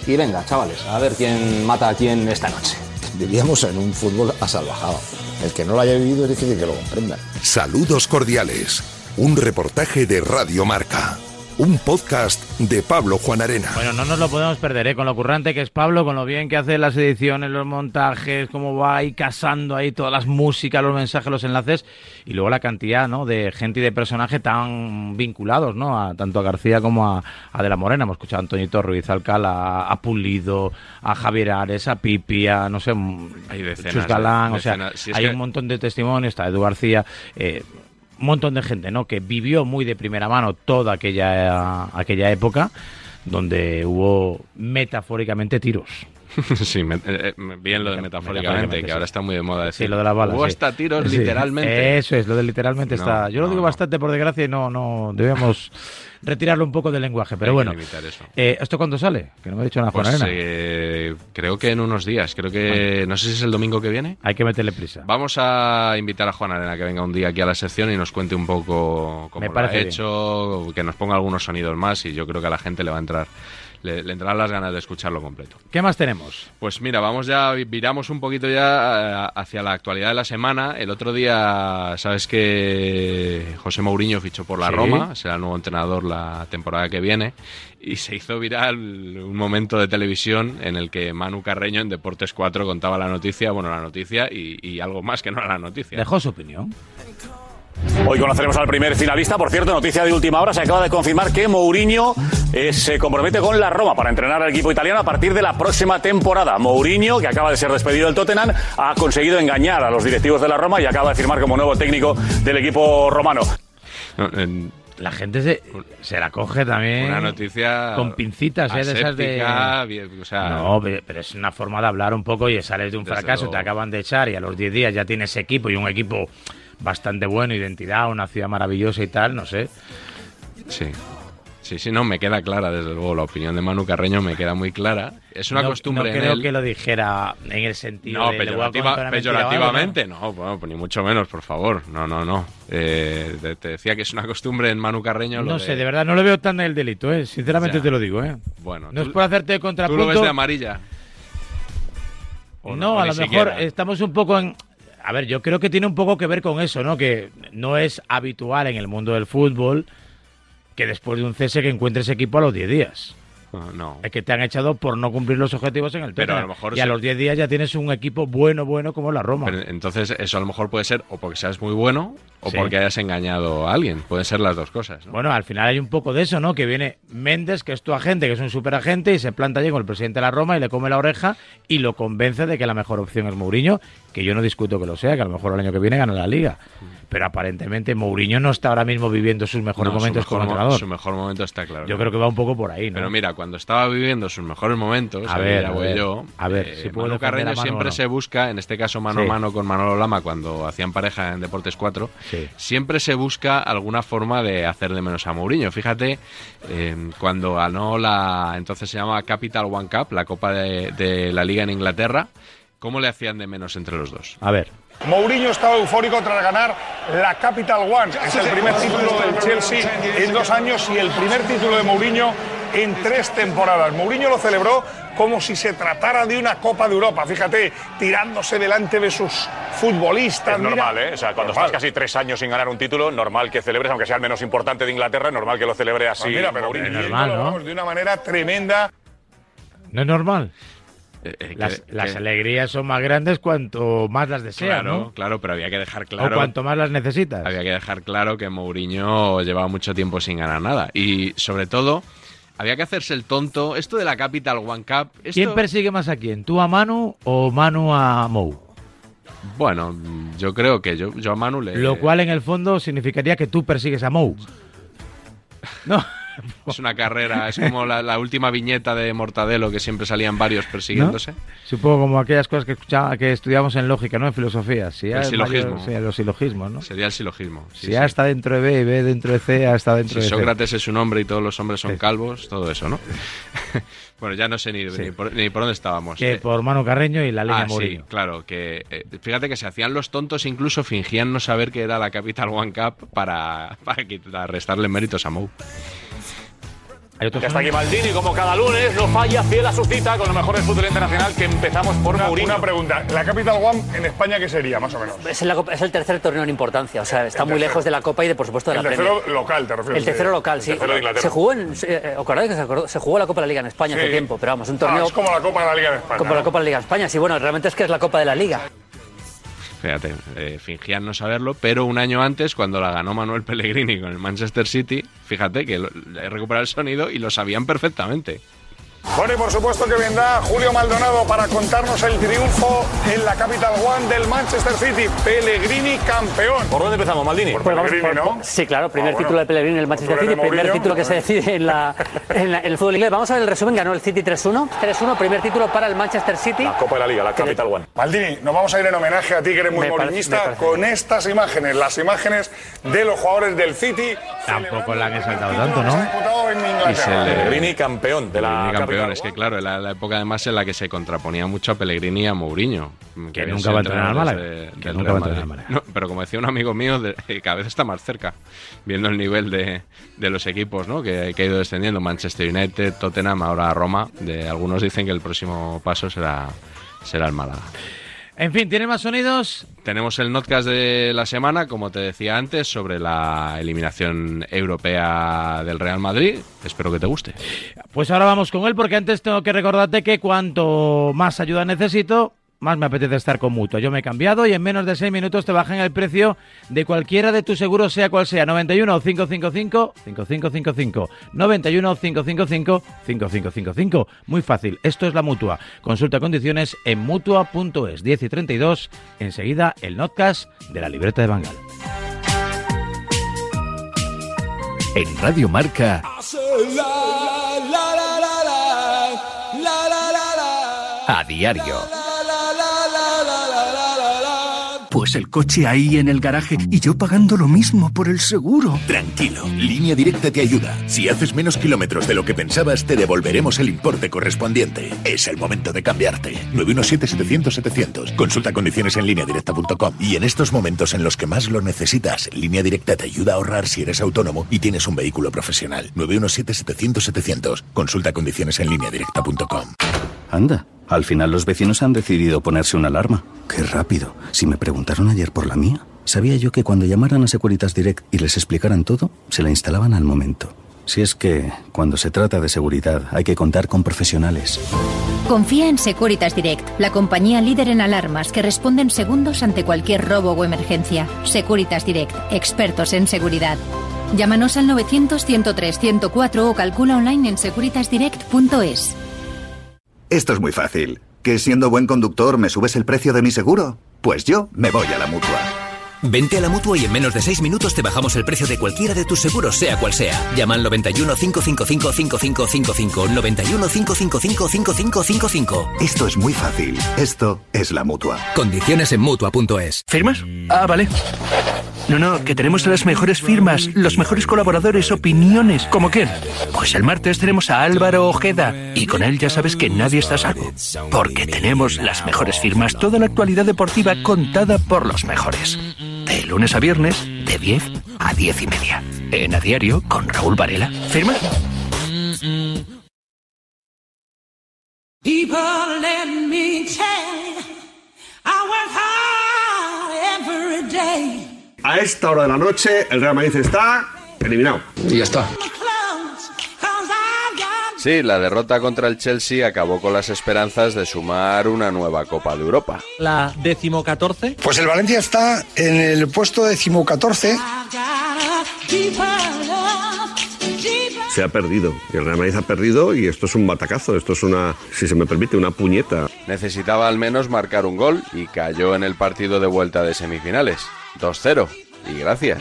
[SPEAKER 7] Y venga, chavales, a ver quién mata a quién esta noche.
[SPEAKER 9] Vivíamos en un fútbol asalvajado. El que no lo haya vivido es difícil que lo comprenda.
[SPEAKER 8] Saludos cordiales. Un reportaje de Radio Marca. Un podcast de Pablo Juan Arena.
[SPEAKER 1] Bueno, no nos lo podemos perder, ¿eh? Con lo currante que es Pablo, con lo bien que hace las ediciones, los montajes, cómo va ahí casando ahí todas las músicas, los mensajes, los enlaces, y luego la cantidad, ¿no? De gente y de personaje tan vinculados, ¿no? A, tanto a García como a, a De la Morena. Hemos escuchado a Antoñito Ruiz Alcalá, a, Pulido, a Javier Ares, a Pipi, a, no sé,
[SPEAKER 2] Hay decenas, ¿eh?
[SPEAKER 1] Chus Galán, o sea,
[SPEAKER 2] decenas. Si es
[SPEAKER 1] hay
[SPEAKER 2] que-
[SPEAKER 1] un montón de testimonios, está Edu García, eh, un montón de gente, ¿no? Que vivió muy de primera mano toda aquella, aquella época donde hubo metafóricamente tiros.
[SPEAKER 2] [LAUGHS] sí, me- eh, eh, bien lo de
[SPEAKER 1] Metafóricamente,
[SPEAKER 2] metafóricamente,
[SPEAKER 1] sí.
[SPEAKER 2] que ahora está muy de moda decir.
[SPEAKER 1] Sí, lo de las balas.
[SPEAKER 2] Hubo
[SPEAKER 1] sí.
[SPEAKER 2] hasta tiros
[SPEAKER 1] Sí. Eh,
[SPEAKER 2] literalmente.
[SPEAKER 1] Eso es, lo de literalmente
[SPEAKER 2] No,
[SPEAKER 1] está. Yo lo
[SPEAKER 2] no,
[SPEAKER 1] digo
[SPEAKER 2] no.
[SPEAKER 1] bastante por desgracia y no, no debemos retirarlo un poco del lenguaje.
[SPEAKER 2] Hay
[SPEAKER 1] Pero
[SPEAKER 2] que
[SPEAKER 1] bueno,
[SPEAKER 2] limitar eso.
[SPEAKER 1] Eh, ¿esto cuándo sale? Que no me ha dicho nada, Juan
[SPEAKER 2] Pues
[SPEAKER 1] Arena.
[SPEAKER 2] eh, creo que en unos días, creo que no sé si es el domingo que viene.
[SPEAKER 1] Hay que meterle prisa.
[SPEAKER 2] Vamos a invitar a Juan Arena que venga un día aquí a la sección y nos cuente un poco cómo
[SPEAKER 1] Me
[SPEAKER 2] lo ha
[SPEAKER 1] parece bien.
[SPEAKER 2] hecho, que nos ponga algunos sonidos más y yo creo que a la gente le va a entrar, le, le entrarán las ganas de escucharlo completo.
[SPEAKER 1] ¿Qué más tenemos?
[SPEAKER 2] Pues mira, vamos ya, viramos un poquito ya eh, hacia la actualidad de la semana. El otro día, Ah, sabes que José Mourinho fichó por la
[SPEAKER 1] Sí.
[SPEAKER 2] Roma, será el nuevo entrenador la temporada que viene, y se hizo viral un momento de televisión en el que Manu Carreño en Deportes 4 contaba la noticia, bueno, la noticia y, y algo más que no era la noticia.
[SPEAKER 1] ¿Dejó su opinión?
[SPEAKER 9] Hoy conoceremos al primer finalista. Por cierto, noticia de última hora, se acaba de confirmar que Mourinho eh, se compromete con la Roma para entrenar al equipo italiano a partir de la próxima temporada. Mourinho, que acaba de ser despedido del Tottenham, ha conseguido engañar a los directivos de la Roma y acaba de firmar como nuevo técnico del equipo romano.
[SPEAKER 1] La gente se, se la coge también.
[SPEAKER 2] Una noticia
[SPEAKER 1] Con pincitas, ¿eh? De esas
[SPEAKER 2] aséptica,
[SPEAKER 1] de.
[SPEAKER 2] bien, o sea,
[SPEAKER 1] no, pe- pero es una forma de hablar un poco y sales de un
[SPEAKER 2] Desde
[SPEAKER 1] fracaso,
[SPEAKER 2] luego.
[SPEAKER 1] te acaban de echar y a los 10 días ya tienes equipo y un equipo bastante bueno, identidad, una ciudad maravillosa y tal, no sé.
[SPEAKER 2] Sí. Sí, sí, no, me queda clara, desde luego. La opinión de Manu Carreño me queda muy clara. Es una
[SPEAKER 1] No-
[SPEAKER 2] costumbre
[SPEAKER 1] No
[SPEAKER 2] en
[SPEAKER 1] creo
[SPEAKER 2] él.
[SPEAKER 1] que lo dijera en el sentido
[SPEAKER 2] No,
[SPEAKER 1] de. le voy a
[SPEAKER 2] peyorativa-
[SPEAKER 1] contar una mentira o algo,
[SPEAKER 2] peyorativamente, no, bueno, pues ni mucho menos, por favor. No, no, no. Eh, te, te decía que es una costumbre en Manu Carreño.
[SPEAKER 1] No,
[SPEAKER 2] lo
[SPEAKER 1] No sé,
[SPEAKER 2] de-
[SPEAKER 1] de verdad no lo veo tan el delito, ¿eh? Sinceramente
[SPEAKER 2] Ya.
[SPEAKER 1] te lo digo, ¿eh?
[SPEAKER 2] Bueno,
[SPEAKER 1] No
[SPEAKER 2] tú-
[SPEAKER 1] es por hacerte
[SPEAKER 2] Tú
[SPEAKER 1] contrapunto.
[SPEAKER 2] lo ves de amarilla.
[SPEAKER 1] No,
[SPEAKER 2] O no, o
[SPEAKER 1] a lo
[SPEAKER 2] ni
[SPEAKER 1] mejor
[SPEAKER 2] siquiera.
[SPEAKER 1] estamos un poco en... A ver, yo creo que tiene un poco que ver con eso, ¿no? Que no es habitual en el mundo del fútbol que después de un cese que encuentres equipo a los 10 días.
[SPEAKER 2] No.
[SPEAKER 1] Es que te han echado por no cumplir los objetivos en el
[SPEAKER 2] Pero a
[SPEAKER 1] Tottenham.
[SPEAKER 2] lo mejor
[SPEAKER 1] y a
[SPEAKER 2] se-
[SPEAKER 1] los 10 días ya tienes un equipo bueno, bueno como la Roma.
[SPEAKER 2] Pero entonces, eso a lo mejor puede ser o porque seas muy bueno o
[SPEAKER 1] Sí.
[SPEAKER 2] porque hayas engañado a alguien. Pueden ser las dos cosas. ¿no?
[SPEAKER 1] Bueno, al final hay un poco de eso, ¿no? Que viene Méndez, que es tu agente, que es un superagente, y se planta allí con el presidente de la Roma y le come la oreja y lo convence de que la mejor opción es Mourinho, que yo no discuto que lo sea, que a lo mejor el año que viene gana la liga.
[SPEAKER 2] Mm.
[SPEAKER 1] Pero aparentemente Mourinho no está ahora mismo viviendo sus mejores
[SPEAKER 2] No, su
[SPEAKER 1] momentos
[SPEAKER 2] mejor
[SPEAKER 1] como
[SPEAKER 2] mo-
[SPEAKER 1] entrenador.
[SPEAKER 2] Su mejor momento está claro.
[SPEAKER 1] Yo creo que va un poco por ahí, ¿no?
[SPEAKER 2] Pero mira, cuando estaba viviendo sus mejores momentos,
[SPEAKER 1] A
[SPEAKER 2] ahí
[SPEAKER 1] ver,
[SPEAKER 2] ya
[SPEAKER 1] a
[SPEAKER 2] voy
[SPEAKER 1] ver,
[SPEAKER 2] yo.
[SPEAKER 1] a ver,
[SPEAKER 2] eh,
[SPEAKER 1] si puedo
[SPEAKER 2] Manu
[SPEAKER 1] defender a
[SPEAKER 2] Carreño
[SPEAKER 1] Manu
[SPEAKER 2] siempre
[SPEAKER 1] o no.
[SPEAKER 2] se busca, en este caso mano
[SPEAKER 1] Sí.
[SPEAKER 2] a mano con Manolo Lama cuando hacían pareja en Deportes 4,
[SPEAKER 1] Sí.
[SPEAKER 2] siempre se busca alguna forma de hacer de menos a Mourinho. Fíjate, eh, cuando ganó la, entonces se llama Capital One Cup, la Copa de, de la Liga en Inglaterra, ¿cómo le hacían de menos entre los dos?
[SPEAKER 1] A ver.
[SPEAKER 8] Mourinho estaba eufórico tras ganar la Capital One. Es el primer título del Chelsea en dos años y el primer título de Mourinho en tres temporadas. Mourinho lo celebró como si se tratara de una Copa de Europa. Fíjate, tirándose delante de sus futbolistas.
[SPEAKER 9] Es normal, ¿eh? O sea, cuando
[SPEAKER 8] Normal.
[SPEAKER 9] estás casi tres años sin ganar un título, normal que celebres, aunque sea el menos importante de Inglaterra, es normal que lo celebre así.
[SPEAKER 8] Pues mira, pero
[SPEAKER 9] Mourinho.
[SPEAKER 8] viviendo,
[SPEAKER 11] Ah,
[SPEAKER 8] vamos, de una manera tremenda.
[SPEAKER 1] ¿No es normal?
[SPEAKER 2] que-
[SPEAKER 1] las
[SPEAKER 2] eh, que-
[SPEAKER 1] las alegrías son más grandes cuanto más las deseas,
[SPEAKER 2] claro,
[SPEAKER 1] ¿no?
[SPEAKER 2] claro, pero había que dejar
[SPEAKER 1] O
[SPEAKER 2] claro.
[SPEAKER 1] cuanto más las necesitas.
[SPEAKER 2] Había que dejar claro que Mourinho llevaba mucho tiempo sin ganar nada. Y sobre todo, había que hacerse el tonto. Esto de la Capital One Cup. Esto,
[SPEAKER 1] ¿Quién persigue más a quién? ¿Tú a Manu o Manu a Mou?
[SPEAKER 2] Bueno, yo creo que yo, yo a Manu le.
[SPEAKER 1] Lo cual en el fondo significaría que tú persigues a Mou.
[SPEAKER 2] Es una carrera, es como la, la última viñeta de Mortadelo que siempre salían varios persiguiéndose.
[SPEAKER 1] Supongo como aquellas cosas que, escuchaba, que estudiamos en lógica, ¿no? En filosofía. Si
[SPEAKER 2] El
[SPEAKER 1] A es
[SPEAKER 2] silogismo.
[SPEAKER 1] mayor- sí, los silogismos, ¿no?
[SPEAKER 2] Sería el silogismo. sí,
[SPEAKER 1] si A
[SPEAKER 2] sí.
[SPEAKER 1] está dentro de B y B dentro de C, A está dentro
[SPEAKER 2] Si
[SPEAKER 1] de C.
[SPEAKER 2] Sócrates es un hombre y todos los hombres son calvos, todo eso, ¿no? [LAUGHS] bueno, ya no sé ni, ni por, ni por dónde estábamos.
[SPEAKER 1] Que
[SPEAKER 2] Eh,
[SPEAKER 1] por Manu Carreño y la línea
[SPEAKER 2] Ah, sí,
[SPEAKER 1] Mourinho.
[SPEAKER 2] claro, que eh, fíjate que se hacían los tontos, e incluso fingían no saber que era la Capital One Cup para, [LAUGHS] para, quitar- restarle méritos a Mou.
[SPEAKER 9] Ya está aquí Maldini, como cada lunes, no falla, fiel a su cita con lo mejor del fútbol internacional que empezamos por
[SPEAKER 8] Una,
[SPEAKER 9] Mourinho.
[SPEAKER 8] una pregunta. ¿La Capital One en España qué sería, más o menos?
[SPEAKER 11] Es, la Copa- es el tercer torneo en importancia, o sea, está
[SPEAKER 8] El
[SPEAKER 11] muy
[SPEAKER 8] tercero.
[SPEAKER 11] lejos de la Copa y de, por supuesto de
[SPEAKER 8] El
[SPEAKER 11] la
[SPEAKER 8] tercero
[SPEAKER 11] Premier.
[SPEAKER 8] local, te refieres. eh,
[SPEAKER 11] El tercero
[SPEAKER 8] Sí.
[SPEAKER 11] local,
[SPEAKER 8] El
[SPEAKER 11] sí.
[SPEAKER 8] tercero de Inglaterra.
[SPEAKER 11] Se jugó en, se- eh, ¿acordáis que se, acordó- se jugó la Copa de la Liga en España hace
[SPEAKER 8] Sí.
[SPEAKER 11] tiempo? Pero vamos, un
[SPEAKER 8] Ah,
[SPEAKER 11] torneo
[SPEAKER 8] es como la Copa de la Liga de España.
[SPEAKER 11] como la Copa de la Liga en España. Sí, bueno, realmente es que es la Copa de la Liga.
[SPEAKER 2] Fíjate, eh, fingían no saberlo, pero un año antes, cuando la ganó Manuel Pellegrini con el Manchester City, fíjate que lo- he recuperado el sonido y lo sabían perfectamente.
[SPEAKER 8] Bueno, y por supuesto que vendrá Julio Maldonado para contarnos el triunfo en la Capital One del Manchester City. Pellegrini campeón.
[SPEAKER 9] ¿Por dónde empezamos, Maldini?
[SPEAKER 8] Por
[SPEAKER 11] Pues vamos
[SPEAKER 8] Pellegrini,
[SPEAKER 11] por-
[SPEAKER 8] ¿no?
[SPEAKER 11] Sí, claro, primer
[SPEAKER 8] Ah, bueno.
[SPEAKER 11] título de Pellegrini en el Manchester
[SPEAKER 8] tú
[SPEAKER 11] City,
[SPEAKER 8] eres de
[SPEAKER 11] primer
[SPEAKER 8] Mourinho.
[SPEAKER 11] título que se decide en, la, en, la- en el fútbol inglés. Vamos a ver el resumen, ganó el City 3-1. 3-1, primer título para el Manchester City. La
[SPEAKER 9] Copa de la Liga, la Capital One.
[SPEAKER 8] Maldini, nos vamos a ir en homenaje a ti que eres muy
[SPEAKER 11] Me parece- me
[SPEAKER 8] moriñista
[SPEAKER 11] parece
[SPEAKER 8] con estas imágenes, las imágenes de los jugadores del City.
[SPEAKER 1] Tampoco la han exaltado tanto, ¿no?
[SPEAKER 2] Y se le-
[SPEAKER 9] Pellegrini campeón de la
[SPEAKER 2] Pellegrini
[SPEAKER 9] Capital
[SPEAKER 2] campeón,
[SPEAKER 9] One.
[SPEAKER 2] es que claro, era la época además en la que se contraponía mucho a Pellegrini y a Mourinho.
[SPEAKER 1] Que
[SPEAKER 2] habían
[SPEAKER 1] nunca
[SPEAKER 2] sido
[SPEAKER 1] va a entrenar al
[SPEAKER 2] entrenadores
[SPEAKER 1] Málaga.
[SPEAKER 2] de-
[SPEAKER 1] Que
[SPEAKER 2] del
[SPEAKER 1] nunca
[SPEAKER 2] Real
[SPEAKER 1] va a entrenar al
[SPEAKER 2] Madrid. No, pero como decía un amigo mío, de- que cada vez está más cerca, viendo el nivel de, de los equipos ¿no? que, que ha ido descendiendo, Manchester United, Tottenham, ahora Roma. De, algunos dicen que el próximo paso será, será el Málaga.
[SPEAKER 1] En fin, ¿tiene más sonidos?
[SPEAKER 2] Tenemos el notcast de la semana, como te decía antes, sobre la eliminación europea del Real Madrid. Espero que te guste.
[SPEAKER 1] Pues ahora vamos con él porque antes tengo que recordarte que cuanto más ayuda necesito, más me apetece estar con Mutua. Yo me he cambiado y en menos de 6 minutos te bajan el precio de cualquiera de tus seguros, sea cual sea. 91 555 5555. 91 555 5555. Muy fácil, esto es la Mutua. Consulta condiciones en mutua.es. 10 y 32. Enseguida el notcast de la libreta de Bangal.
[SPEAKER 9] En Radio Marca, a diario.
[SPEAKER 2] Pues el coche ahí en el garaje y yo pagando lo mismo por el seguro.
[SPEAKER 9] Tranquilo, Línea Directa te ayuda. Si haces menos kilómetros de lo que pensabas, te devolveremos el importe correspondiente. Es el momento de cambiarte. 917-700-700. Consulta condiciones en lineadirecta.com. Y en estos momentos en los que más lo necesitas, Línea Directa te ayuda a ahorrar si eres autónomo y tienes un vehículo profesional. 917-700-700. Consulta condiciones en lineadirecta.com.
[SPEAKER 13] Anda, al final los vecinos han decidido ponerse una alarma. Qué rápido. Si me preguntaron ayer por la mía, sabía yo que cuando llamaran a Securitas Direct y les explicaran todo, se la instalaban al momento. Si es que, cuando se trata de seguridad, hay que contar con profesionales.
[SPEAKER 12] Confía en Securitas Direct, la compañía líder en alarmas que responden segundos ante cualquier robo o emergencia. Securitas Direct, expertos en seguridad. Llámanos al 900-103-104 o calcula online en securitasdirect.es.
[SPEAKER 14] Esto es muy fácil. ¿Que siendo buen conductor me subes el precio de mi seguro? Pues yo me voy a la mutua.
[SPEAKER 15] Vente a la mutua y en menos de 6 minutos te bajamos el precio de cualquiera de tus seguros, sea cual sea. Llama al 91 555 5555, 91 555 5555.
[SPEAKER 14] Esto es muy fácil. Esto es la mutua.
[SPEAKER 15] Condiciones en mutua.es.
[SPEAKER 16] ¿Firmas? Ah, vale. No, no, que tenemos las mejores firmas, los mejores colaboradores, opiniones. ¿Cómo quién? Pues el martes tenemos a Álvaro Ojeda y con él ya sabes que nadie está a salvo. Porque tenemos las mejores firmas, toda la actualidad deportiva contada por los mejores. De lunes a viernes, de 10 a 10 y media. En A Diario con Raúl Varela. ¿Firma?
[SPEAKER 17] People, let me tell you, I work hard every day.
[SPEAKER 18] A esta hora de la noche, el Real Madrid está eliminado. Y ya está.
[SPEAKER 3] Sí, la derrota contra el Chelsea acabó con las esperanzas de sumar una nueva Copa de Europa.
[SPEAKER 19] La decimocatorce.
[SPEAKER 20] Pues el Valencia está en el puesto decimocatorce.
[SPEAKER 18] Se ha perdido. Y el Real Madrid ha perdido y esto es un batacazo. Esto es una, si se me permite, una puñeta.
[SPEAKER 3] Necesitaba al menos marcar un gol y cayó en el partido de vuelta de semifinales. 2-0. Y gracias.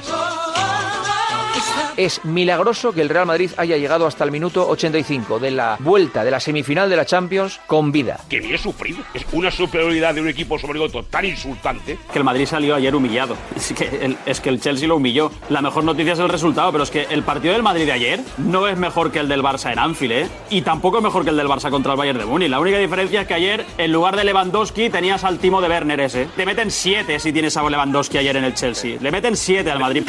[SPEAKER 21] Es milagroso que el Real Madrid haya llegado hasta el minuto 85 de la vuelta de la semifinal de la Champions con vida.
[SPEAKER 22] que bien sufrido. Es una superioridad de un equipo sobre otro tan insultante.
[SPEAKER 23] Que el Madrid salió ayer humillado. Es que, el, es que el Chelsea lo humilló. La mejor noticia es el resultado, pero es que el partido del Madrid de ayer no es mejor que el del Barça en Anfield, ¿eh? Y tampoco es mejor que el del Barça contra el Bayern de Múnich. La única diferencia es que ayer, en lugar de Lewandowski, tenías al timo de Werner ese. Te meten 7 si tienes a Lewandowski ayer en el Chelsea. Le meten 7 al Madrid.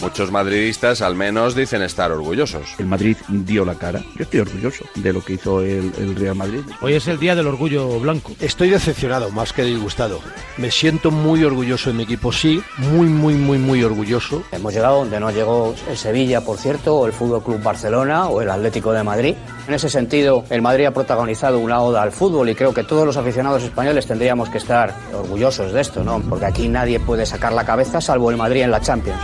[SPEAKER 3] Muchos madridistas al menos dicen estar orgullosos.
[SPEAKER 24] El Madrid dio la cara. Yo estoy orgulloso de lo que hizo el, el Real Madrid.
[SPEAKER 1] Hoy es el día del orgullo blanco.
[SPEAKER 25] Estoy decepcionado más que disgustado. Me siento muy orgulloso de mi equipo, sí, muy, muy, muy, muy orgulloso.
[SPEAKER 11] Hemos llegado donde no llegó el Sevilla, por cierto, o el Fútbol Club Barcelona o el Atlético de Madrid. En ese sentido, el Madrid ha protagonizado una oda al fútbol y creo que todos los aficionados españoles tendríamos que estar orgullosos de esto, ¿no? Porque aquí nadie puede sacar la cabeza salvo el Madrid en la Champions.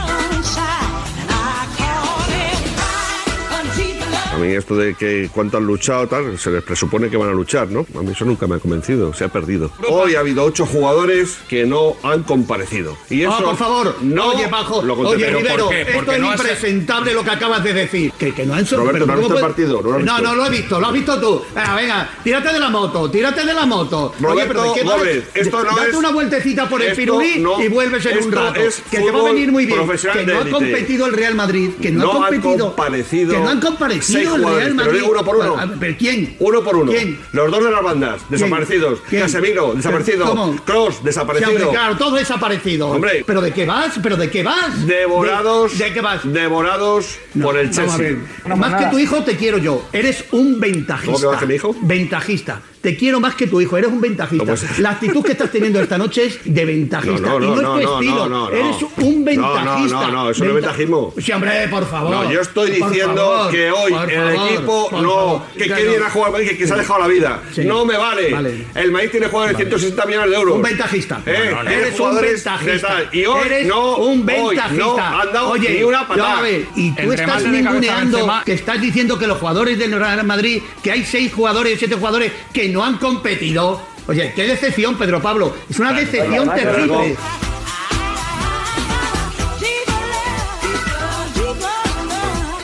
[SPEAKER 18] A mí esto de que cuánto han luchado, tal, se les presupone que van a luchar, ¿no? A mí eso nunca me ha convencido, se ha perdido. Hoy ha habido ocho jugadores que no han comparecido. Y eso,
[SPEAKER 7] No, Ah, por favor,
[SPEAKER 18] no
[SPEAKER 7] oye, Pajo,
[SPEAKER 18] lo conté.
[SPEAKER 7] oye,
[SPEAKER 18] ¿Pero por
[SPEAKER 7] Rivero,
[SPEAKER 18] qué?
[SPEAKER 7] esto
[SPEAKER 18] Porque
[SPEAKER 7] es
[SPEAKER 18] no has-
[SPEAKER 7] impresentable lo que acabas de decir. Que, que no han sor-
[SPEAKER 18] Roberto,
[SPEAKER 7] pero
[SPEAKER 18] ¿no has
[SPEAKER 7] ¿cómo
[SPEAKER 18] visto
[SPEAKER 7] puede-
[SPEAKER 18] el partido? ¿No lo has
[SPEAKER 7] no,
[SPEAKER 18] visto?
[SPEAKER 7] no lo he visto, lo has visto tú. Venga, venga, tírate de la moto, tírate de la moto. oye, pero
[SPEAKER 18] Roberto
[SPEAKER 7] ¿de qué
[SPEAKER 18] Gómez, esto no
[SPEAKER 7] Date
[SPEAKER 18] es-
[SPEAKER 7] una vueltecita por el
[SPEAKER 18] esto
[SPEAKER 7] Pirulí
[SPEAKER 18] no-
[SPEAKER 7] y vuelves en un
[SPEAKER 18] esto
[SPEAKER 7] rato.
[SPEAKER 18] es
[SPEAKER 7] que te va a
[SPEAKER 18] fútbol
[SPEAKER 7] venir muy bien.
[SPEAKER 18] profesional
[SPEAKER 7] Que
[SPEAKER 18] de
[SPEAKER 7] no ha
[SPEAKER 18] élite.
[SPEAKER 7] competido el Real Madrid, que no,
[SPEAKER 18] No
[SPEAKER 7] ha
[SPEAKER 18] han
[SPEAKER 7] competido.
[SPEAKER 18] comparecido
[SPEAKER 7] Que no han
[SPEAKER 18] seis
[SPEAKER 7] comparecido el
[SPEAKER 18] jugadores,
[SPEAKER 7] Real
[SPEAKER 18] pero
[SPEAKER 7] Madrid.
[SPEAKER 18] digo uno por uno.
[SPEAKER 7] A ver, ¿Pero quién?
[SPEAKER 18] Uno por uno.
[SPEAKER 7] ¿Quién?
[SPEAKER 18] Los dos de las bandas, desaparecidos.
[SPEAKER 7] ¿Quién?
[SPEAKER 18] Casemiro,
[SPEAKER 7] ¿Pero
[SPEAKER 18] desaparecido.
[SPEAKER 7] cómo?
[SPEAKER 18] Cross,
[SPEAKER 7] Sí,
[SPEAKER 18] desaparecido.
[SPEAKER 7] hombre, claro, todo desaparecido.
[SPEAKER 18] Hombre.
[SPEAKER 7] ¿Pero de qué vas? ¿Pero de qué vas?
[SPEAKER 18] Devorados,
[SPEAKER 7] ¿De, de qué vas?
[SPEAKER 18] Devorados por el
[SPEAKER 7] Vamos a
[SPEAKER 18] Chelsea.
[SPEAKER 7] ver. Más que tu hijo te quiero yo. Eres un ventajista.
[SPEAKER 18] ¿Cómo que más que mi hijo?
[SPEAKER 7] Ventajista. te quiero más que tu hijo, eres un ventajista.
[SPEAKER 18] No, pues-
[SPEAKER 7] La actitud que estás teniendo esta noche es de ventajista.
[SPEAKER 18] No, no,
[SPEAKER 7] y no,
[SPEAKER 18] no,
[SPEAKER 7] es tu
[SPEAKER 18] no,
[SPEAKER 7] estilo,
[SPEAKER 18] no, no, no.
[SPEAKER 7] eres un ventajista.
[SPEAKER 18] No, no, no, no, eso no
[SPEAKER 7] Venta-
[SPEAKER 18] es ventajismo.
[SPEAKER 7] Sí, hombre, por favor.
[SPEAKER 18] No, yo estoy
[SPEAKER 7] por
[SPEAKER 18] diciendo
[SPEAKER 7] favor,
[SPEAKER 18] que hoy
[SPEAKER 7] por
[SPEAKER 18] el
[SPEAKER 7] favor,
[SPEAKER 18] equipo
[SPEAKER 7] por
[SPEAKER 18] no,
[SPEAKER 7] favor.
[SPEAKER 18] que,
[SPEAKER 7] Claro.
[SPEAKER 18] que viene a jugar al Madrid, que, que se ha dejado la vida.
[SPEAKER 7] Sí.
[SPEAKER 18] No me vale.
[SPEAKER 7] Vale.
[SPEAKER 18] El Madrid tiene jugadores de 160 millones de euros.
[SPEAKER 7] Un ventajista.
[SPEAKER 18] Eh,
[SPEAKER 7] No, no, no.
[SPEAKER 18] tiene
[SPEAKER 7] Eres un
[SPEAKER 18] jugadores de
[SPEAKER 7] ventajista.
[SPEAKER 18] tal. Y hoy
[SPEAKER 7] Eres
[SPEAKER 18] no,
[SPEAKER 7] un
[SPEAKER 18] hoy
[SPEAKER 7] ventajista.
[SPEAKER 18] no han dado
[SPEAKER 7] Oye,
[SPEAKER 18] ni una patada.
[SPEAKER 7] vamos a ver, y tú estás ninguneando, que estás diciendo que los jugadores del Real Madrid, que hay seis jugadores, siete jugadores que no han competido. Oye, qué decepción, Pedro Pablo. Es una decepción
[SPEAKER 18] claro, claro.
[SPEAKER 7] terrible.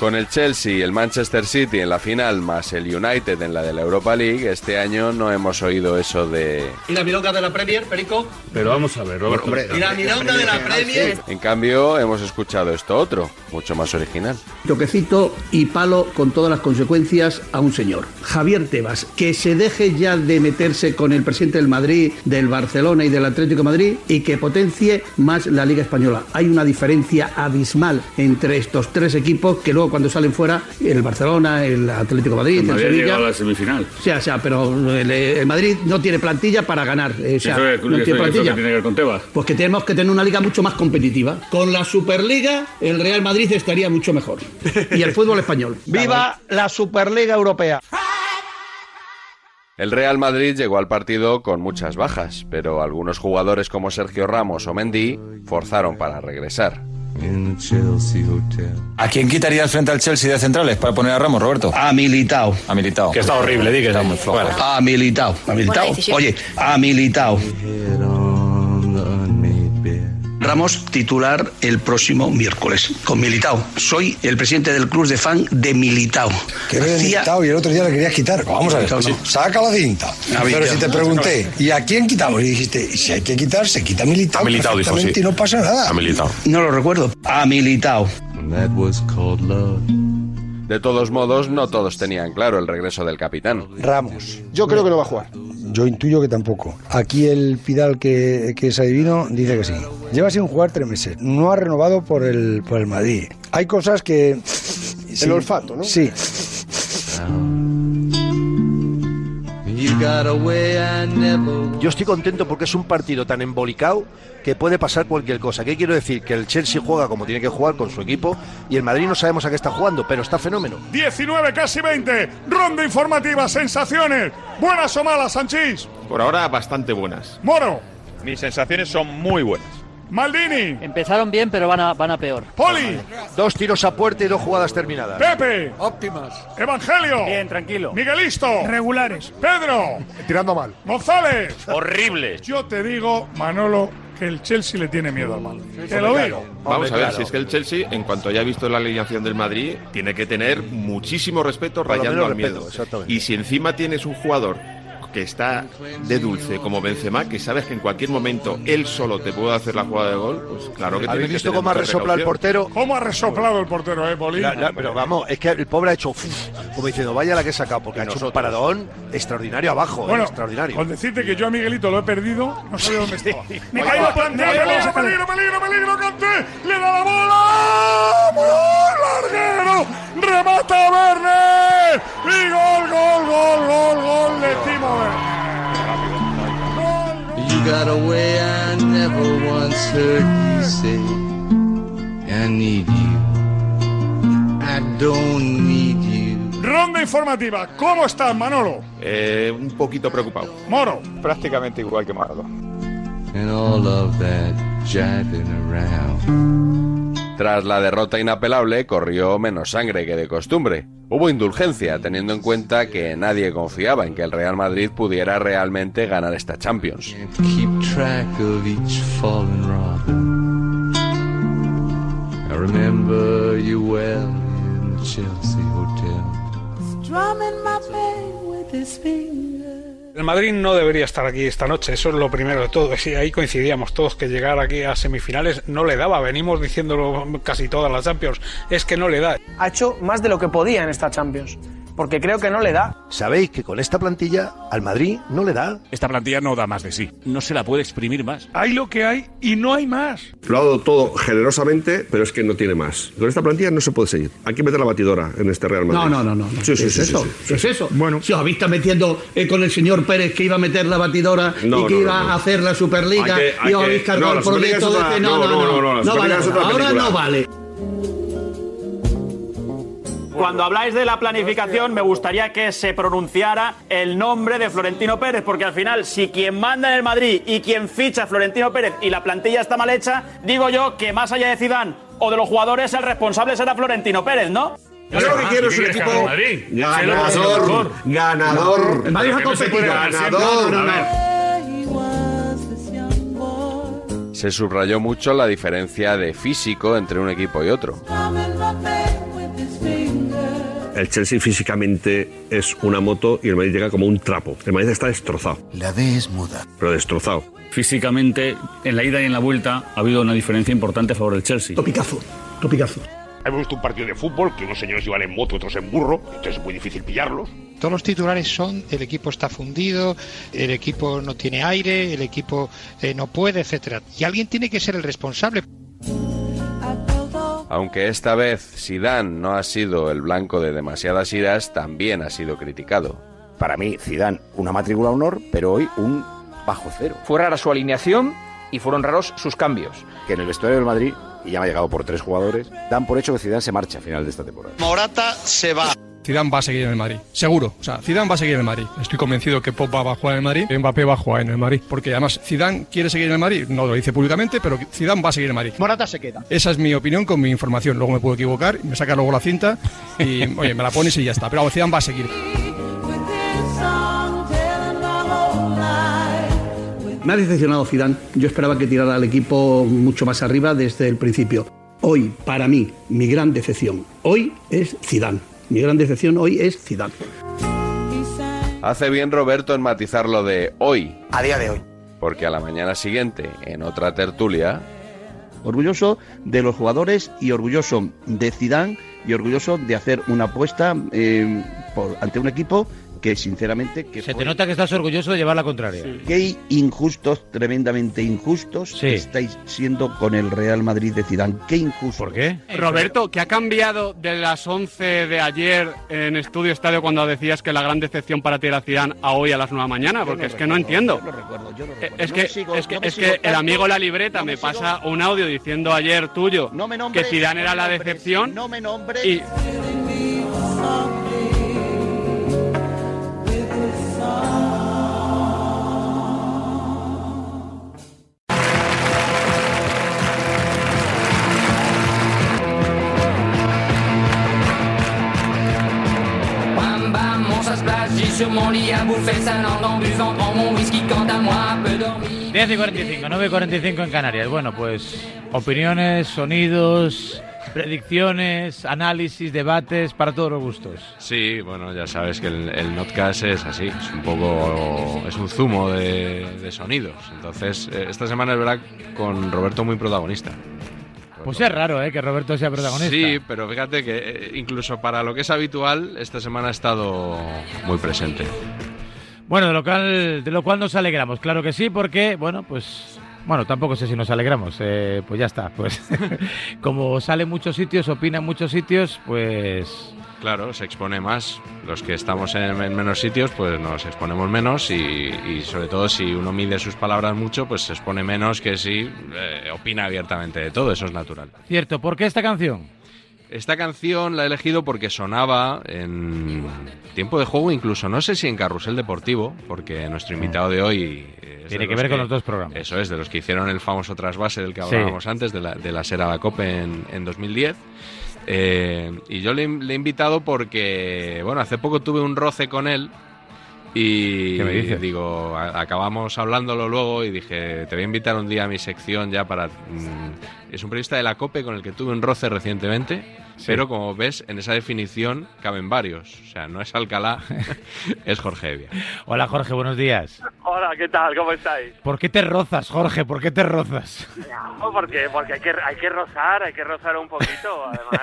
[SPEAKER 3] Con el Chelsea y el Manchester City en la final, más el United en la de la Europa League, este año no hemos oído eso de...
[SPEAKER 4] ¿Y la milonga de la Premier, Perico?
[SPEAKER 3] Pero vamos a ver,
[SPEAKER 4] ¿Y la milonga de la Premier?
[SPEAKER 3] En cambio, hemos escuchado esto otro, mucho más original.
[SPEAKER 7] Toquecito y palo con todas las consecuencias a un señor. Javier Tebas, que se deje ya de meterse con el presidente del Madrid, del Barcelona y del Atlético de Madrid y que potencie más la Liga Española. Hay una diferencia abismal entre estos tres equipos que luego cuando salen fuera, el Barcelona, el Atlético de Madrid, el,
[SPEAKER 1] Pues Madrid ha
[SPEAKER 7] Sevilla...
[SPEAKER 1] llegado a la semifinal.
[SPEAKER 7] O sea, o sea, pero el, el Madrid no tiene plantilla para ganar. eh, O sea,
[SPEAKER 1] eso es,
[SPEAKER 7] no
[SPEAKER 1] eso-
[SPEAKER 7] tiene
[SPEAKER 1] eso que
[SPEAKER 7] plantilla.
[SPEAKER 1] tiene que ver con Tebas.
[SPEAKER 7] Pues que tenemos que tener una liga mucho más competitiva. Con la Superliga, el Real Madrid estaría mucho mejor. Y el fútbol español. ¿eh?
[SPEAKER 3] ¡Viva
[SPEAKER 7] la Superliga Europea!
[SPEAKER 3] El Real Madrid llegó al partido con muchas bajas, pero algunos jugadores como Sergio Ramos o Mendy forzaron para regresar.
[SPEAKER 1] ¿A quién quitarías frente al Chelsea de centrales para poner a Ramos, Roberto? A Militao. A Militao. Que está horrible, di que está muy flojo. A Militao. A
[SPEAKER 26] Militao. Buena decisión. Oye,
[SPEAKER 1] a Militao. Ramos titular el próximo miércoles con Militao. Soy el presidente del club de fan de Militao.
[SPEAKER 27] Que eres dictado y el otro día le querías quitar. Vamos a ver,
[SPEAKER 1] Dictado,
[SPEAKER 27] sí. saca la cinta.
[SPEAKER 1] A ver,
[SPEAKER 27] Pero
[SPEAKER 1] ya.
[SPEAKER 27] si te pregunté, ¿y a quién quitamos? Y dijiste, si hay que quitar, se quita militado.
[SPEAKER 1] Militao dijo, sí.
[SPEAKER 27] Y no pasa nada.
[SPEAKER 1] No lo recuerdo. A Militao.
[SPEAKER 3] De todos modos, no todos tenían claro el regreso del capitán.
[SPEAKER 27] Ramos. Yo creo que no va a jugar. Yo intuyo que tampoco. Aquí el Pidal que, que es adivino dice que sí. Lleva sin jugar tres meses. No ha renovado por el, por el Madrid. Hay cosas que... sí, olfato, ¿no? Sí.
[SPEAKER 28] Yo
[SPEAKER 1] Yo estoy contento porque es un partido tan embolicado que puede pasar cualquier cosa. ¿Qué quiero decir? Que el Chelsea juega como tiene que jugar con su equipo y el Madrid no sabemos a qué está jugando, pero está fenómeno.
[SPEAKER 8] 19, casi 20. Ronda informativa, sensaciones. Buenas o malas, Sanchís.
[SPEAKER 17] Por ahora bastante buenas.
[SPEAKER 8] Moro,
[SPEAKER 17] Mis sensaciones son muy buenas.
[SPEAKER 8] Maldini.
[SPEAKER 1] Empezaron bien, pero van a, van a peor.
[SPEAKER 8] Poli.
[SPEAKER 1] Dos tiros a puerta y dos jugadas terminadas.
[SPEAKER 8] Pepe. Óptimas. Evangelio. Bien, tranquilo. Miguelisto. Regulares. Pedro. Tirando mal. González.
[SPEAKER 17] Horrible.
[SPEAKER 8] Yo te digo, Manolo, que el Chelsea le tiene miedo al mal. Te lo digo.
[SPEAKER 17] Vamos a ver,
[SPEAKER 1] claro.
[SPEAKER 17] si es que el Chelsea, en cuanto haya visto la alineación del Madrid, tiene que tener muchísimo respeto
[SPEAKER 1] Por lo
[SPEAKER 17] rayando
[SPEAKER 1] menos
[SPEAKER 17] al
[SPEAKER 1] respeto,
[SPEAKER 17] miedo.
[SPEAKER 1] exactamente.
[SPEAKER 17] Y si encima tienes un jugador que está de dulce como Benzema, que sabes que en cualquier momento él solo te puede hacer la jugada de gol, pues claro que tienes
[SPEAKER 1] ¿Habéis
[SPEAKER 17] que
[SPEAKER 1] visto
[SPEAKER 17] tener
[SPEAKER 1] cómo ha
[SPEAKER 17] mucha
[SPEAKER 1] resoplado el
[SPEAKER 17] precaución.
[SPEAKER 1] portero?
[SPEAKER 8] ¿Cómo ha resoplado el portero, eh, Poli?
[SPEAKER 1] La- la- pero vamos, es que el pobre ha hecho uf, como diciendo, vaya la que he sacado, porque ha hecho un paradón extraordinario abajo, eh,
[SPEAKER 8] Bueno,
[SPEAKER 1] extraordinario.
[SPEAKER 8] Con decirte que yo a Miguelito lo he perdido, no sabía dónde estaba.
[SPEAKER 1] Me
[SPEAKER 8] Ahí
[SPEAKER 1] cago
[SPEAKER 8] lo
[SPEAKER 1] en-
[SPEAKER 8] plantea,
[SPEAKER 1] me cago
[SPEAKER 8] peligro,
[SPEAKER 1] en-
[SPEAKER 8] peligro, peligro, peligro, Canté. Le da la bola. ¡Gol, larguero! ¡Remata Werner! ¡Y gol, gol, gol, gol, gol de Timo Werner!
[SPEAKER 17] You got a way I never once heard you say. I need you. I don't need you.
[SPEAKER 8] Ronda informativa. ¿Cómo estás, Manolo?
[SPEAKER 17] Eh, un poquito preocupado.
[SPEAKER 8] Moro.
[SPEAKER 17] Prácticamente igual que Maradona. And all of that jiving around.
[SPEAKER 3] Tras la derrota inapelable, corrió menos sangre que de costumbre. Hubo indulgencia, teniendo en cuenta que nadie confiaba en que el Real Madrid pudiera realmente ganar esta Champions.
[SPEAKER 17] Keep track of each fallen robin. I remember you well in the Chelsea Hotel.
[SPEAKER 29] Drumming my pain with his finger.
[SPEAKER 30] El Madrid no debería estar aquí esta noche, eso es lo primero de todo. Sí, ahí coincidíamos todos que llegar aquí a semifinales no le daba, venimos diciéndolo casi todas las Champions, es que no le da.
[SPEAKER 23] Ha hecho más de lo que podía en esta Champions.
[SPEAKER 31] porque creo que no le da.
[SPEAKER 5] Sabéis que con esta plantilla al Madrid no le da.
[SPEAKER 32] Esta plantilla no da más de sí. No se la puede exprimir más.
[SPEAKER 33] Hay lo que hay y no hay más.
[SPEAKER 18] Lo ha dado todo generosamente, pero es que no tiene más. Con esta plantilla no se puede seguir. Hay que meter la batidora en este Real Madrid.
[SPEAKER 7] No, no, no, no.
[SPEAKER 18] Sí, sí,
[SPEAKER 7] ¿Es
[SPEAKER 18] sí,
[SPEAKER 7] eso?
[SPEAKER 18] sí, sí.
[SPEAKER 7] ¿Qué es eso? Bueno. Si os habéis estado metiendo eh, con el señor Pérez que iba a meter la batidora
[SPEAKER 18] No,
[SPEAKER 7] y que
[SPEAKER 18] no,
[SPEAKER 7] iba
[SPEAKER 18] no, no.
[SPEAKER 7] a hacer la Superliga
[SPEAKER 18] Hay que- hay
[SPEAKER 7] y os
[SPEAKER 18] que-
[SPEAKER 7] habéis cargado
[SPEAKER 18] no, la
[SPEAKER 7] el
[SPEAKER 18] Superliga
[SPEAKER 7] proyecto
[SPEAKER 18] es
[SPEAKER 7] de
[SPEAKER 18] otra-
[SPEAKER 7] que este- no, no, no, no,
[SPEAKER 18] la
[SPEAKER 7] vale,
[SPEAKER 32] Superliga es otra
[SPEAKER 7] ahora
[SPEAKER 32] película.
[SPEAKER 7] no vale.
[SPEAKER 23] Cuando habláis de la planificación, me gustaría que se pronunciara el nombre de Florentino Pérez, porque al final, si quien manda en el Madrid y quien ficha a Florentino Pérez y la plantilla está mal hecha, digo yo que más allá de Zidane o de los jugadores, el responsable será Florentino Pérez, ¿no?
[SPEAKER 18] Yo lo que quiero es un equipo ganador, ganador,
[SPEAKER 7] El Madrid ha competido. No, Oh, no, no.
[SPEAKER 3] Se subrayó mucho la diferencia de físico entre un equipo y otro.
[SPEAKER 18] El Chelsea físicamente es una moto y el Madrid llega como un trapo. El Madrid está destrozado,
[SPEAKER 34] La D es muda.
[SPEAKER 18] pero destrozado.
[SPEAKER 23] Físicamente, en la ida y en la vuelta, ha habido una diferencia importante a favor del Chelsea.
[SPEAKER 7] Topicazo, topicazo.
[SPEAKER 35] Hemos visto un partido de fútbol que unos señores iban en moto, otros en burro, entonces es muy difícil pillarlos.
[SPEAKER 36] Todos los titulares son el equipo está fundido, el equipo no tiene aire, el equipo eh, no puede, etcétera. Y alguien tiene que ser el responsable.
[SPEAKER 3] Aunque esta vez Zidane no ha sido el blanco de demasiadas iras, también ha sido criticado.
[SPEAKER 9] Para mí, Zidane, una matrícula honor, pero hoy un bajo cero.
[SPEAKER 37] Fue rara su alineación y fueron raros sus cambios.
[SPEAKER 9] Que en el vestuario del Madrid, y ya me ha llegado por tres jugadores, dan por hecho que Zidane se marcha a final de esta temporada.
[SPEAKER 36] Morata se va.
[SPEAKER 8] Zidane va a seguir en el Madrid, seguro. O sea, Zidane va a seguir en el Madrid. Estoy convencido que Pogba va a jugar en el Madrid, que Mbappé va a jugar en el Madrid, porque además Zidane quiere seguir en el Madrid, no lo dice públicamente, pero Zidane va a seguir en el Madrid.
[SPEAKER 36] Morata se queda.
[SPEAKER 8] Esa es mi opinión con mi información. Luego me puedo equivocar, me saca luego la cinta
[SPEAKER 36] [LAUGHS]
[SPEAKER 8] y oye, me la pones y ya está. Pero vamos, Zidane va a seguir.
[SPEAKER 7] Me ha decepcionado Zidane. Yo esperaba que tirara al equipo mucho más arriba desde el principio. Hoy, para mí, mi gran decepción hoy es Zidane. Mi gran decepción hoy es Zidane.
[SPEAKER 3] Hace bien Roberto en matizar lo de hoy. A día de hoy. Porque a la mañana siguiente, en otra tertulia,
[SPEAKER 34] Orgulloso de los jugadores y orgulloso de Zidane y orgulloso de hacer una apuesta eh, por- ante un equipo que sinceramente que
[SPEAKER 1] Se te nota que estás orgulloso de llevar la contraria.
[SPEAKER 34] Qué injustos, tremendamente injustos que estáis siendo con el Real Madrid de Zidane. Qué injusto. ¿Por qué?
[SPEAKER 8] Roberto, ¿qué ha cambiado de las 11 de ayer en Estudio Estadio cuando decías que la gran decepción para ti era Zidane a hoy a las 9 de la mañana? Ah, Porque es que no entiendo. Eh, Es que, es que,
[SPEAKER 34] no me
[SPEAKER 8] es
[SPEAKER 34] sigo
[SPEAKER 8] que el
[SPEAKER 34] tanto,
[SPEAKER 8] amigo La Libreta me, pasa un audio diciendo ayer tuyo
[SPEAKER 34] nombres,
[SPEAKER 8] que Zidane era
[SPEAKER 34] no
[SPEAKER 8] la
[SPEAKER 34] me nombres,
[SPEAKER 8] decepción.
[SPEAKER 34] no me nombres.
[SPEAKER 8] Y
[SPEAKER 11] Bam bam, on se splash, j'y sur mon lit à bouffer ça langue en buvant, prends mon whisky quant à moi, un peu dormi.
[SPEAKER 1] 10 y 45, 9 y 45 en Canarias. Bueno, pues opiniones, sonidos, predicciones, análisis, debates, para todos los gustos.
[SPEAKER 2] Sí, bueno, ya sabes que el, el notcast es así, es un poco, es un zumo de, de sonidos. Entonces, eh, esta semana es verdad con Roberto muy protagonista.
[SPEAKER 1] Pues es raro, ¿eh? Que Roberto sea protagonista.
[SPEAKER 2] Sí, pero fíjate que eh, incluso para lo que es habitual, esta semana ha estado muy presente.
[SPEAKER 1] Bueno, de lo, cual, de lo cual nos alegramos, claro que sí, porque, bueno, pues... Bueno, tampoco sé si nos alegramos, eh, pues ya está. Pues [LAUGHS] como sale en muchos sitios, opina en muchos sitios, pues...
[SPEAKER 2] Claro, se expone más. Los que estamos en, en menos sitios, pues nos exponemos menos y, y sobre todo si uno mide sus palabras mucho, pues se expone menos que si eh, opina abiertamente de todo, eso es natural.
[SPEAKER 1] Cierto, ¿por qué esta canción?
[SPEAKER 2] Esta canción la he elegido porque sonaba en tiempo de juego, incluso no sé si en Carrusel Deportivo, porque nuestro invitado de hoy... eh, es
[SPEAKER 1] Tiene
[SPEAKER 2] de
[SPEAKER 1] que ver con
[SPEAKER 2] que-
[SPEAKER 1] los dos programas.
[SPEAKER 2] Eso es, de los que hicieron el famoso trasvase del que
[SPEAKER 1] Sí.
[SPEAKER 2] hablábamos antes, de la, de la Sera a la Cope en, en 2010. Eh, y yo le, he- le he invitado porque, bueno, hace poco tuve un roce con él Y
[SPEAKER 1] ¿Qué me dices?
[SPEAKER 2] digo, a- acabamos hablándolo luego y dije, te voy a invitar un día a mi sección ya para... mm, es un periodista de la COPE con el que tuve un roce recientemente, pero como ves, en esa definición caben varios. O sea, no es
[SPEAKER 1] [LAUGHS]
[SPEAKER 2] Alcalá, es Jorge Evia.
[SPEAKER 1] Hola Jorge, buenos días.
[SPEAKER 4] Hola, ¿qué tal? ¿Cómo estáis?
[SPEAKER 1] ¿Por qué te rozas, Jorge? ¿Por qué te rozas?
[SPEAKER 4] No, porque porque hay que hay que rozar, hay que rozar un poquito. Además,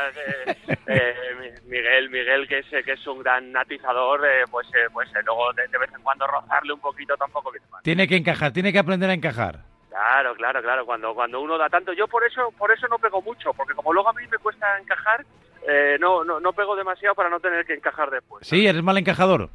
[SPEAKER 4] eh, eh, Mi- Miguel, Miguel que es eh, que es un gran natizador, eh, pues eh, pues eh, luego de, de vez en cuando rozarle un poquito tampoco viene mal.
[SPEAKER 1] Tiene que encajar, tiene que aprender a encajar.
[SPEAKER 4] Claro, claro, claro. Cuando cuando uno da tanto, yo por eso por eso no pego mucho, porque como luego a mí me cuesta encajar, eh, no, no no pego demasiado para no tener que encajar después.
[SPEAKER 1] Sí, eres mal encajador.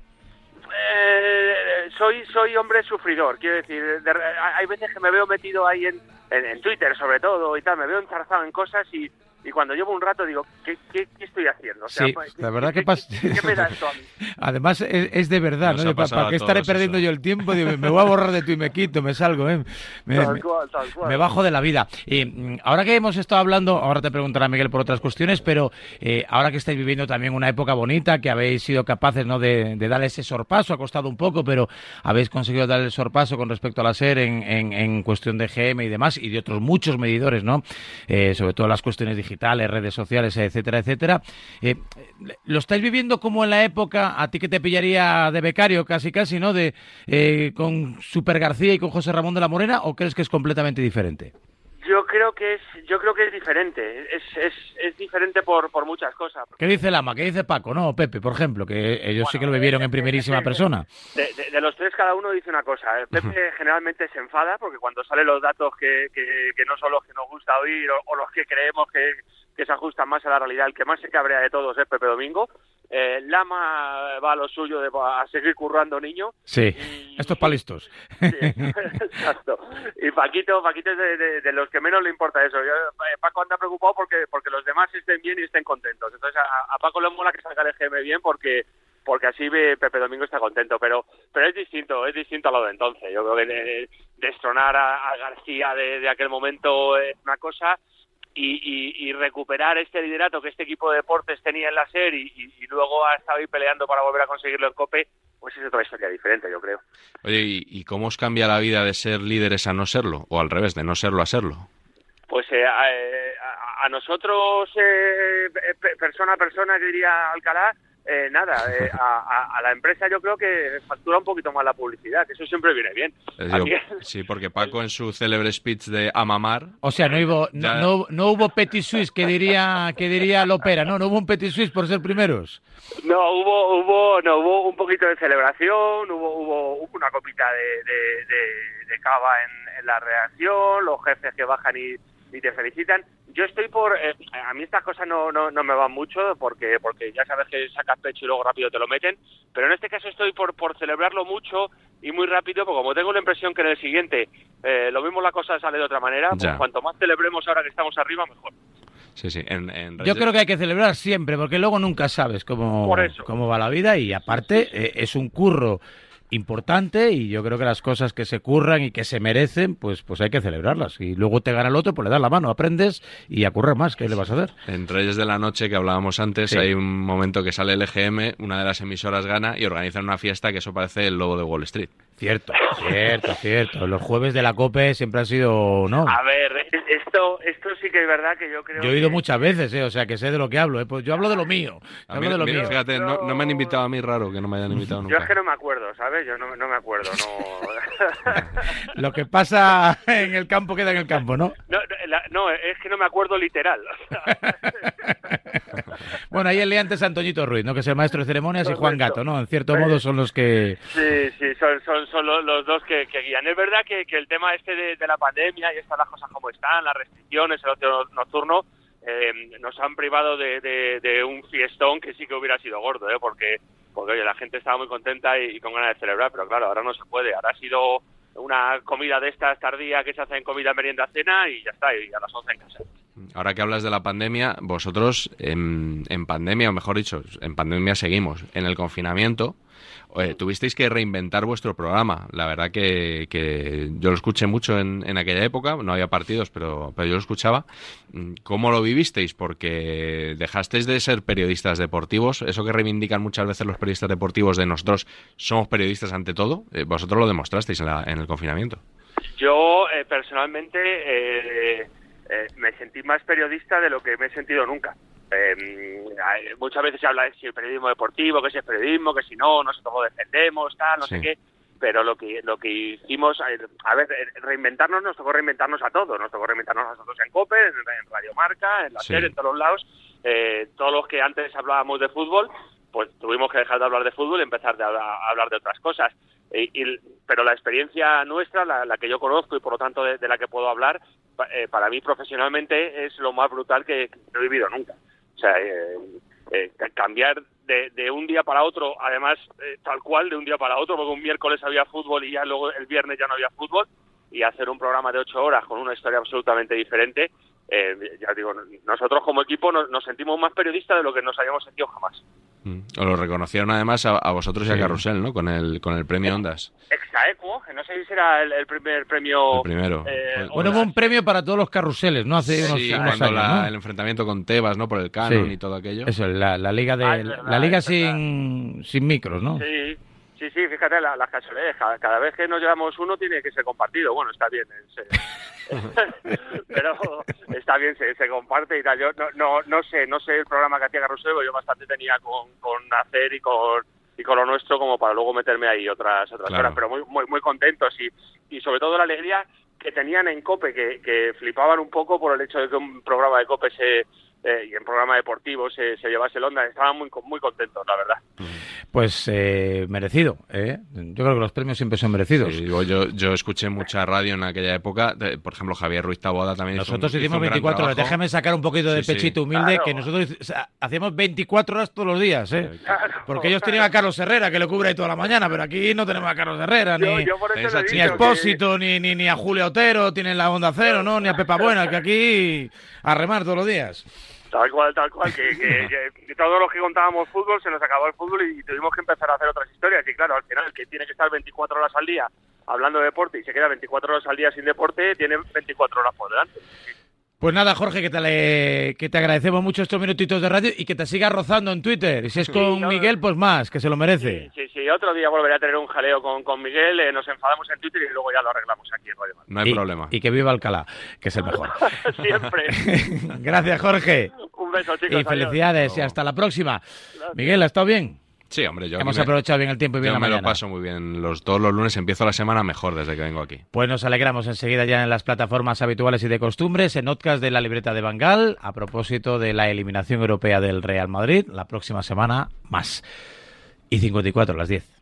[SPEAKER 4] Eh, soy soy hombre sufridor, quiero decir, de re- hay veces que me veo metido ahí en, en, en Twitter sobre todo y tal, me veo enzarzado en cosas y, y cuando llevo un rato digo, ¿qué, qué, qué estoy haciendo? O sea,
[SPEAKER 1] Sí,
[SPEAKER 4] pues,
[SPEAKER 1] la verdad
[SPEAKER 4] ¿qué-
[SPEAKER 1] que pas-
[SPEAKER 4] qué- qué me da
[SPEAKER 1] [LAUGHS]
[SPEAKER 4] esto a mí?
[SPEAKER 1] Además, es, es de verdad,
[SPEAKER 2] Nos
[SPEAKER 1] ¿no?
[SPEAKER 2] ha
[SPEAKER 1] ¿Para,
[SPEAKER 2] pasado
[SPEAKER 1] para
[SPEAKER 2] a
[SPEAKER 1] qué estaré
[SPEAKER 2] todos eso.
[SPEAKER 1] perdiendo yo el tiempo? Digo, me, me voy a borrar de tu y me quito, me
[SPEAKER 4] [LAUGHS]
[SPEAKER 1] salgo, ¿eh? Me,
[SPEAKER 4] Tal
[SPEAKER 1] me-
[SPEAKER 4] cual, tal cual.
[SPEAKER 1] me bajo de la vida. Y mm, ahora que hemos estado hablando, ahora te preguntará Miguel por otras cuestiones, pero eh, ahora que estáis viviendo también una época bonita, que habéis sido capaces ¿no? de, de dar ese sorpaso, ha costado un poco, pero habéis conseguido dar el sorpaso con respecto a la SER en, en- en cuestión de GM y demás, y de otros muchos medidores, ¿no? Eh, sobre todo las cuestiones digitales, redes sociales, etcétera, etcétera. Eh, ¿Lo estáis viviendo como en la época, a ti que te pillaría de becario casi casi, ¿no? De, eh, con Super García y con José Ramón de la Morena, ¿o crees que es completamente diferente?
[SPEAKER 4] Yo creo que es yo creo que es diferente, es, es, es diferente por, por muchas cosas.
[SPEAKER 1] ¿Qué dice Lama? ¿Qué dice Paco? No, Pepe, por ejemplo, que ellos sí que lo vivieron
[SPEAKER 4] eh,
[SPEAKER 1] en primerísima persona.
[SPEAKER 4] De, de- de los tres cada uno dice una cosa. ¿eh? Pepe generalmente se enfada porque cuando salen los datos que, que- que no son los que nos gusta oír o, o los que creemos que, que se ajustan más a la realidad, el que más se cabrea de todos es Pepe Domingo. Eh, Lama va a lo suyo de a seguir currando niño.
[SPEAKER 1] Sí, estos palistos. [LAUGHS]
[SPEAKER 4] [LAUGHS] Exacto. Y Paquito, Paquito es de, de- de los que menos le importa eso. Yo, eh, Paco anda preocupado porque, porque los demás estén bien y estén contentos. Entonces a, a Paco le mola que salga el GM bien porque porque así ve- Pepe Domingo está contento. Pero pero es distinto, es distinto a lo de entonces. Yo creo que de- de- destronar a, a García de, de aquel momento es una cosa y, y- y recuperar este liderato que este equipo de deportes tenía en la serie y, y luego ha estado ahí peleando para volver a conseguirlo en COPE, pues es otra historia diferente, yo creo.
[SPEAKER 2] Oye, ¿y, y cómo os cambia la vida de ser líderes a no serlo? O al revés, de no serlo a serlo.
[SPEAKER 4] Pues eh, a, eh, a- a nosotros, eh, pe- persona a persona, que diría Alcalá, eh, nada, eh, a, a- a la empresa yo creo que factura un poquito más la publicidad, que eso siempre viene bien.
[SPEAKER 2] Les digo,
[SPEAKER 4] Así que-
[SPEAKER 2] sí, porque Paco en su célebre speech de a mamar,
[SPEAKER 1] O sea, no hubo, no,
[SPEAKER 2] Ya.
[SPEAKER 1] no- no hubo petit suisse que diría, que diría Lopera, no, no hubo un petit suisse por ser primeros.
[SPEAKER 4] No, hubo, hubo, no, hubo un poquito de celebración, hubo, hubo, hubo una copita de, de- de- de cava en, en la reacción, los jefes que bajan y, y te felicitan. Yo estoy por, eh, a mí estas cosas no, no, no me van mucho porque, porque ya sabes que sacas pecho y luego rápido te lo meten, pero en este caso estoy por, por celebrarlo mucho y muy rápido, porque como tengo la impresión que en el siguiente eh, lo mismo la cosa sale de otra manera, pues
[SPEAKER 2] Ya.
[SPEAKER 4] cuanto más celebremos ahora que estamos arriba, mejor.
[SPEAKER 2] sí, sí, en, en
[SPEAKER 1] Yo
[SPEAKER 2] Reyes-
[SPEAKER 1] creo que hay que celebrar siempre, porque luego nunca sabes cómo,
[SPEAKER 4] Por eso.
[SPEAKER 1] cómo va la vida y aparte eh, es un curro importante y yo creo que las cosas que se curran y que se merecen, pues, pues hay que celebrarlas. Y luego te gana el otro, pues le das la mano, aprendes y a currar más, ¿qué le vas a hacer?
[SPEAKER 2] En Reyes de la Noche, que hablábamos antes,
[SPEAKER 1] Sí.
[SPEAKER 2] hay un momento que sale el EGM, una de las emisoras gana y organizan una fiesta que eso parece el lobo de Wall Street.
[SPEAKER 1] Cierto, cierto, cierto. Los jueves de la COPE siempre han sido, ¿no?
[SPEAKER 4] A ver, eh, esto, esto sí que es verdad que yo creo
[SPEAKER 1] Yo he
[SPEAKER 4] que-
[SPEAKER 1] ido muchas veces, ¿eh? o sea que sé de lo que hablo. ¿eh? Pues yo hablo de lo mío. yo
[SPEAKER 2] A
[SPEAKER 1] hablo
[SPEAKER 2] mí-
[SPEAKER 1] de lo
[SPEAKER 2] mira,
[SPEAKER 1] mío.
[SPEAKER 2] fíjate, no, no me han invitado a mí, raro que no me hayan invitado
[SPEAKER 4] Yo es
[SPEAKER 2] nunca.
[SPEAKER 4] que no me acuerdo, ¿sabes? Yo no, no me acuerdo. No. [LAUGHS]
[SPEAKER 1] Lo que pasa [LAUGHS] en el campo queda en el campo, ¿no? [LAUGHS]
[SPEAKER 4] No, no, la- no, es que no me acuerdo literal.
[SPEAKER 1] Bueno, ahí el leante es Antoñito Ruiz, ¿no? Que es el maestro de ceremonias y Juan Gato, ¿no? En cierto
[SPEAKER 4] Pues
[SPEAKER 1] modo son los que...
[SPEAKER 4] Sí, sí, son, son, son lo- los dos que, que guían. Es verdad que, que el tema este de, de la pandemia y estas las cosas como están, las restricciones, el ocio nocturno, eh, nos han privado de, de- de un fiestón que sí que hubiera sido gordo, ¿eh? Porque, porque oye, la gente estaba muy contenta y, y con ganas de celebrar, pero claro, ahora no se puede. Ahora ha sido una comida de estas tardía que se hace en comida, merienda, cena y ya está, y a las 11 en casa.
[SPEAKER 2] ahora que hablas de la pandemia, vosotros en, en pandemia, o mejor dicho, en pandemia seguimos, en el confinamiento, eh, tuvisteis que reinventar vuestro programa. La verdad que, que yo lo escuché mucho en, en aquella época, no había partidos, pero, pero yo lo escuchaba. Mm, ¿Cómo lo vivisteis? Porque dejasteis de ser periodistas deportivos, eso que reivindican muchas veces los periodistas deportivos de nosotros, somos periodistas ante todo, eh, vosotros lo demostrasteis en, la- en el confinamiento.
[SPEAKER 4] Yo eh, personalmente eh, eh, me sentí más periodista de lo que me he sentido nunca. Eh, hay- muchas veces se habla de si el periodismo deportivo, que si es periodismo, que si no, nosotros lo defendemos, tal, no
[SPEAKER 2] Sí.
[SPEAKER 4] sé qué. Pero lo que lo que hicimos, eh, a ver, eh, reinventarnos nos tocó reinventarnos a todos. Nos tocó reinventarnos a nosotros en COPE, en, en Radio Marca, en la
[SPEAKER 2] Sí.
[SPEAKER 4] tele, en todos los lados. Eh, todos los que antes hablábamos de fútbol, pues tuvimos que dejar de hablar de fútbol y empezar de habla- a hablar de otras cosas. Y- y- pero la experiencia nuestra, la, la que yo conozco y por lo tanto de, de la que puedo hablar, pa- eh, para mí profesionalmente es lo más brutal que, que he vivido nunca. O sea, eh, eh, ca- cambiar de, de un día para otro, además eh, tal cual, de un día para otro, porque un miércoles había fútbol y ya luego el viernes ya no había fútbol, y hacer un programa de ocho horas con una historia absolutamente diferente, eh, ya digo, nosotros como equipo nos, nos sentimos más periodistas de lo que nos habíamos sentido jamás.
[SPEAKER 2] Mm, Os lo reconocieron además a, a vosotros y a Carrusel, ¿no? Con el, con el premio Ondas.
[SPEAKER 4] Exaequo, que no sé si era el, el primer premio.
[SPEAKER 2] El primero.
[SPEAKER 4] eh, o-
[SPEAKER 2] Bueno, Hola.
[SPEAKER 1] Bueno, hubo un premio para todos los carruseles, ¿no? Hace unos,
[SPEAKER 2] Sí,
[SPEAKER 1] unos
[SPEAKER 2] cuando
[SPEAKER 1] años,
[SPEAKER 2] la-
[SPEAKER 1] ¿no?
[SPEAKER 2] el enfrentamiento con Tebas, ¿no? Por el canon
[SPEAKER 1] Sí.
[SPEAKER 2] y todo aquello.
[SPEAKER 1] Eso, la, la liga de
[SPEAKER 4] Ah, es verdad,
[SPEAKER 1] la liga
[SPEAKER 4] es
[SPEAKER 1] sin, sin micros, ¿no?
[SPEAKER 4] Sí, sí, sí, fíjate la- las casualidades. Cada, cada vez que nos llevamos uno tiene que ser compartido. Bueno, está bien.
[SPEAKER 7] [LAUGHS]
[SPEAKER 4] es, eh, pero está bien, se, se comparte y tal. Yo no, no, no sé, no sé el programa que hacía Carrusel, porque yo bastante tenía con, con hacer y con y con lo nuestro como para luego meterme ahí otras otras
[SPEAKER 2] Claro.
[SPEAKER 4] horas, pero muy muy muy contentos y, y sobre todo la alegría que tenían en Cope que, que flipaban un poco por el hecho de que un programa de Cope se eh, y un programa deportivo se, se llevase el onda, estaban muy muy contentos, la verdad.
[SPEAKER 1] Pues eh, merecido, ¿eh? Yo creo que los premios siempre son merecidos.
[SPEAKER 2] Sí, digo, yo, yo escuché mucha radio en aquella época. de- por ejemplo, Javier Ruiz Taboada también. hizo
[SPEAKER 1] Nosotros
[SPEAKER 2] un- hizo
[SPEAKER 1] hicimos
[SPEAKER 2] un gran
[SPEAKER 1] 24 horas.
[SPEAKER 2] trabajo.
[SPEAKER 1] Déjame sacar un poquito de
[SPEAKER 2] Sí, sí.
[SPEAKER 1] pechito humilde, que nosotros o sea, hacíamos 24 horas todos los días, ¿eh? Porque ellos tenían a Carlos Herrera, que lo cubre ahí toda la mañana, pero aquí no tenemos a Carlos Herrera,
[SPEAKER 4] Yo-
[SPEAKER 1] ni,
[SPEAKER 4] yo por eso
[SPEAKER 1] ni
[SPEAKER 4] lo he
[SPEAKER 1] a
[SPEAKER 4] dicho,
[SPEAKER 1] Expósito, ni, ni, ni a Julio Otero, tienen la Onda Cero, ¿no? Ni a Pepa Buena, que aquí a remar todos los días.
[SPEAKER 4] Tal cual, tal cual, que, que- que- que todos los que contábamos fútbol se nos acabó el fútbol y tuvimos que empezar a hacer otras historias. Y claro, al final, el que tiene que estar 24 horas al día hablando de deporte y se queda 24 horas al día sin deporte, tiene 24 horas por delante.
[SPEAKER 1] Pues nada, Jorge, que te, le- que te agradecemos mucho estos minutitos de radio y que te sigas rozando en Twitter. Y si es con Miguel, pues más, que se lo merece.
[SPEAKER 4] Sí, sí, otro día volveré a tener un jaleo con, con Miguel, eh, nos enfadamos en Twitter y luego ya lo arreglamos aquí en Radio Madrid.
[SPEAKER 2] No hay
[SPEAKER 1] Y-
[SPEAKER 2] problema.
[SPEAKER 1] Y que viva Alcalá, que es el mejor.
[SPEAKER 4] [LAUGHS] Siempre.
[SPEAKER 1] Gracias, Jorge.
[SPEAKER 4] Un beso, chicos.
[SPEAKER 1] Y
[SPEAKER 4] adiós.
[SPEAKER 1] felicidades y hasta la próxima. Miguel, ¿ha estado bien?
[SPEAKER 2] Sí, hombre, yo. aquí
[SPEAKER 1] Hemos
[SPEAKER 2] me-
[SPEAKER 1] aprovechado bien el tiempo y bien
[SPEAKER 2] yo
[SPEAKER 1] la
[SPEAKER 2] me
[SPEAKER 1] mañana.
[SPEAKER 2] lo paso muy bien. Los, todos los lunes empiezo la semana mejor desde que vengo aquí.
[SPEAKER 1] Pues nos alegramos enseguida ya en las plataformas habituales y de costumbres, en podcast de la libreta de Bangal, a propósito de la eliminación europea del Real Madrid, la próxima semana más. Y 54 a las 10.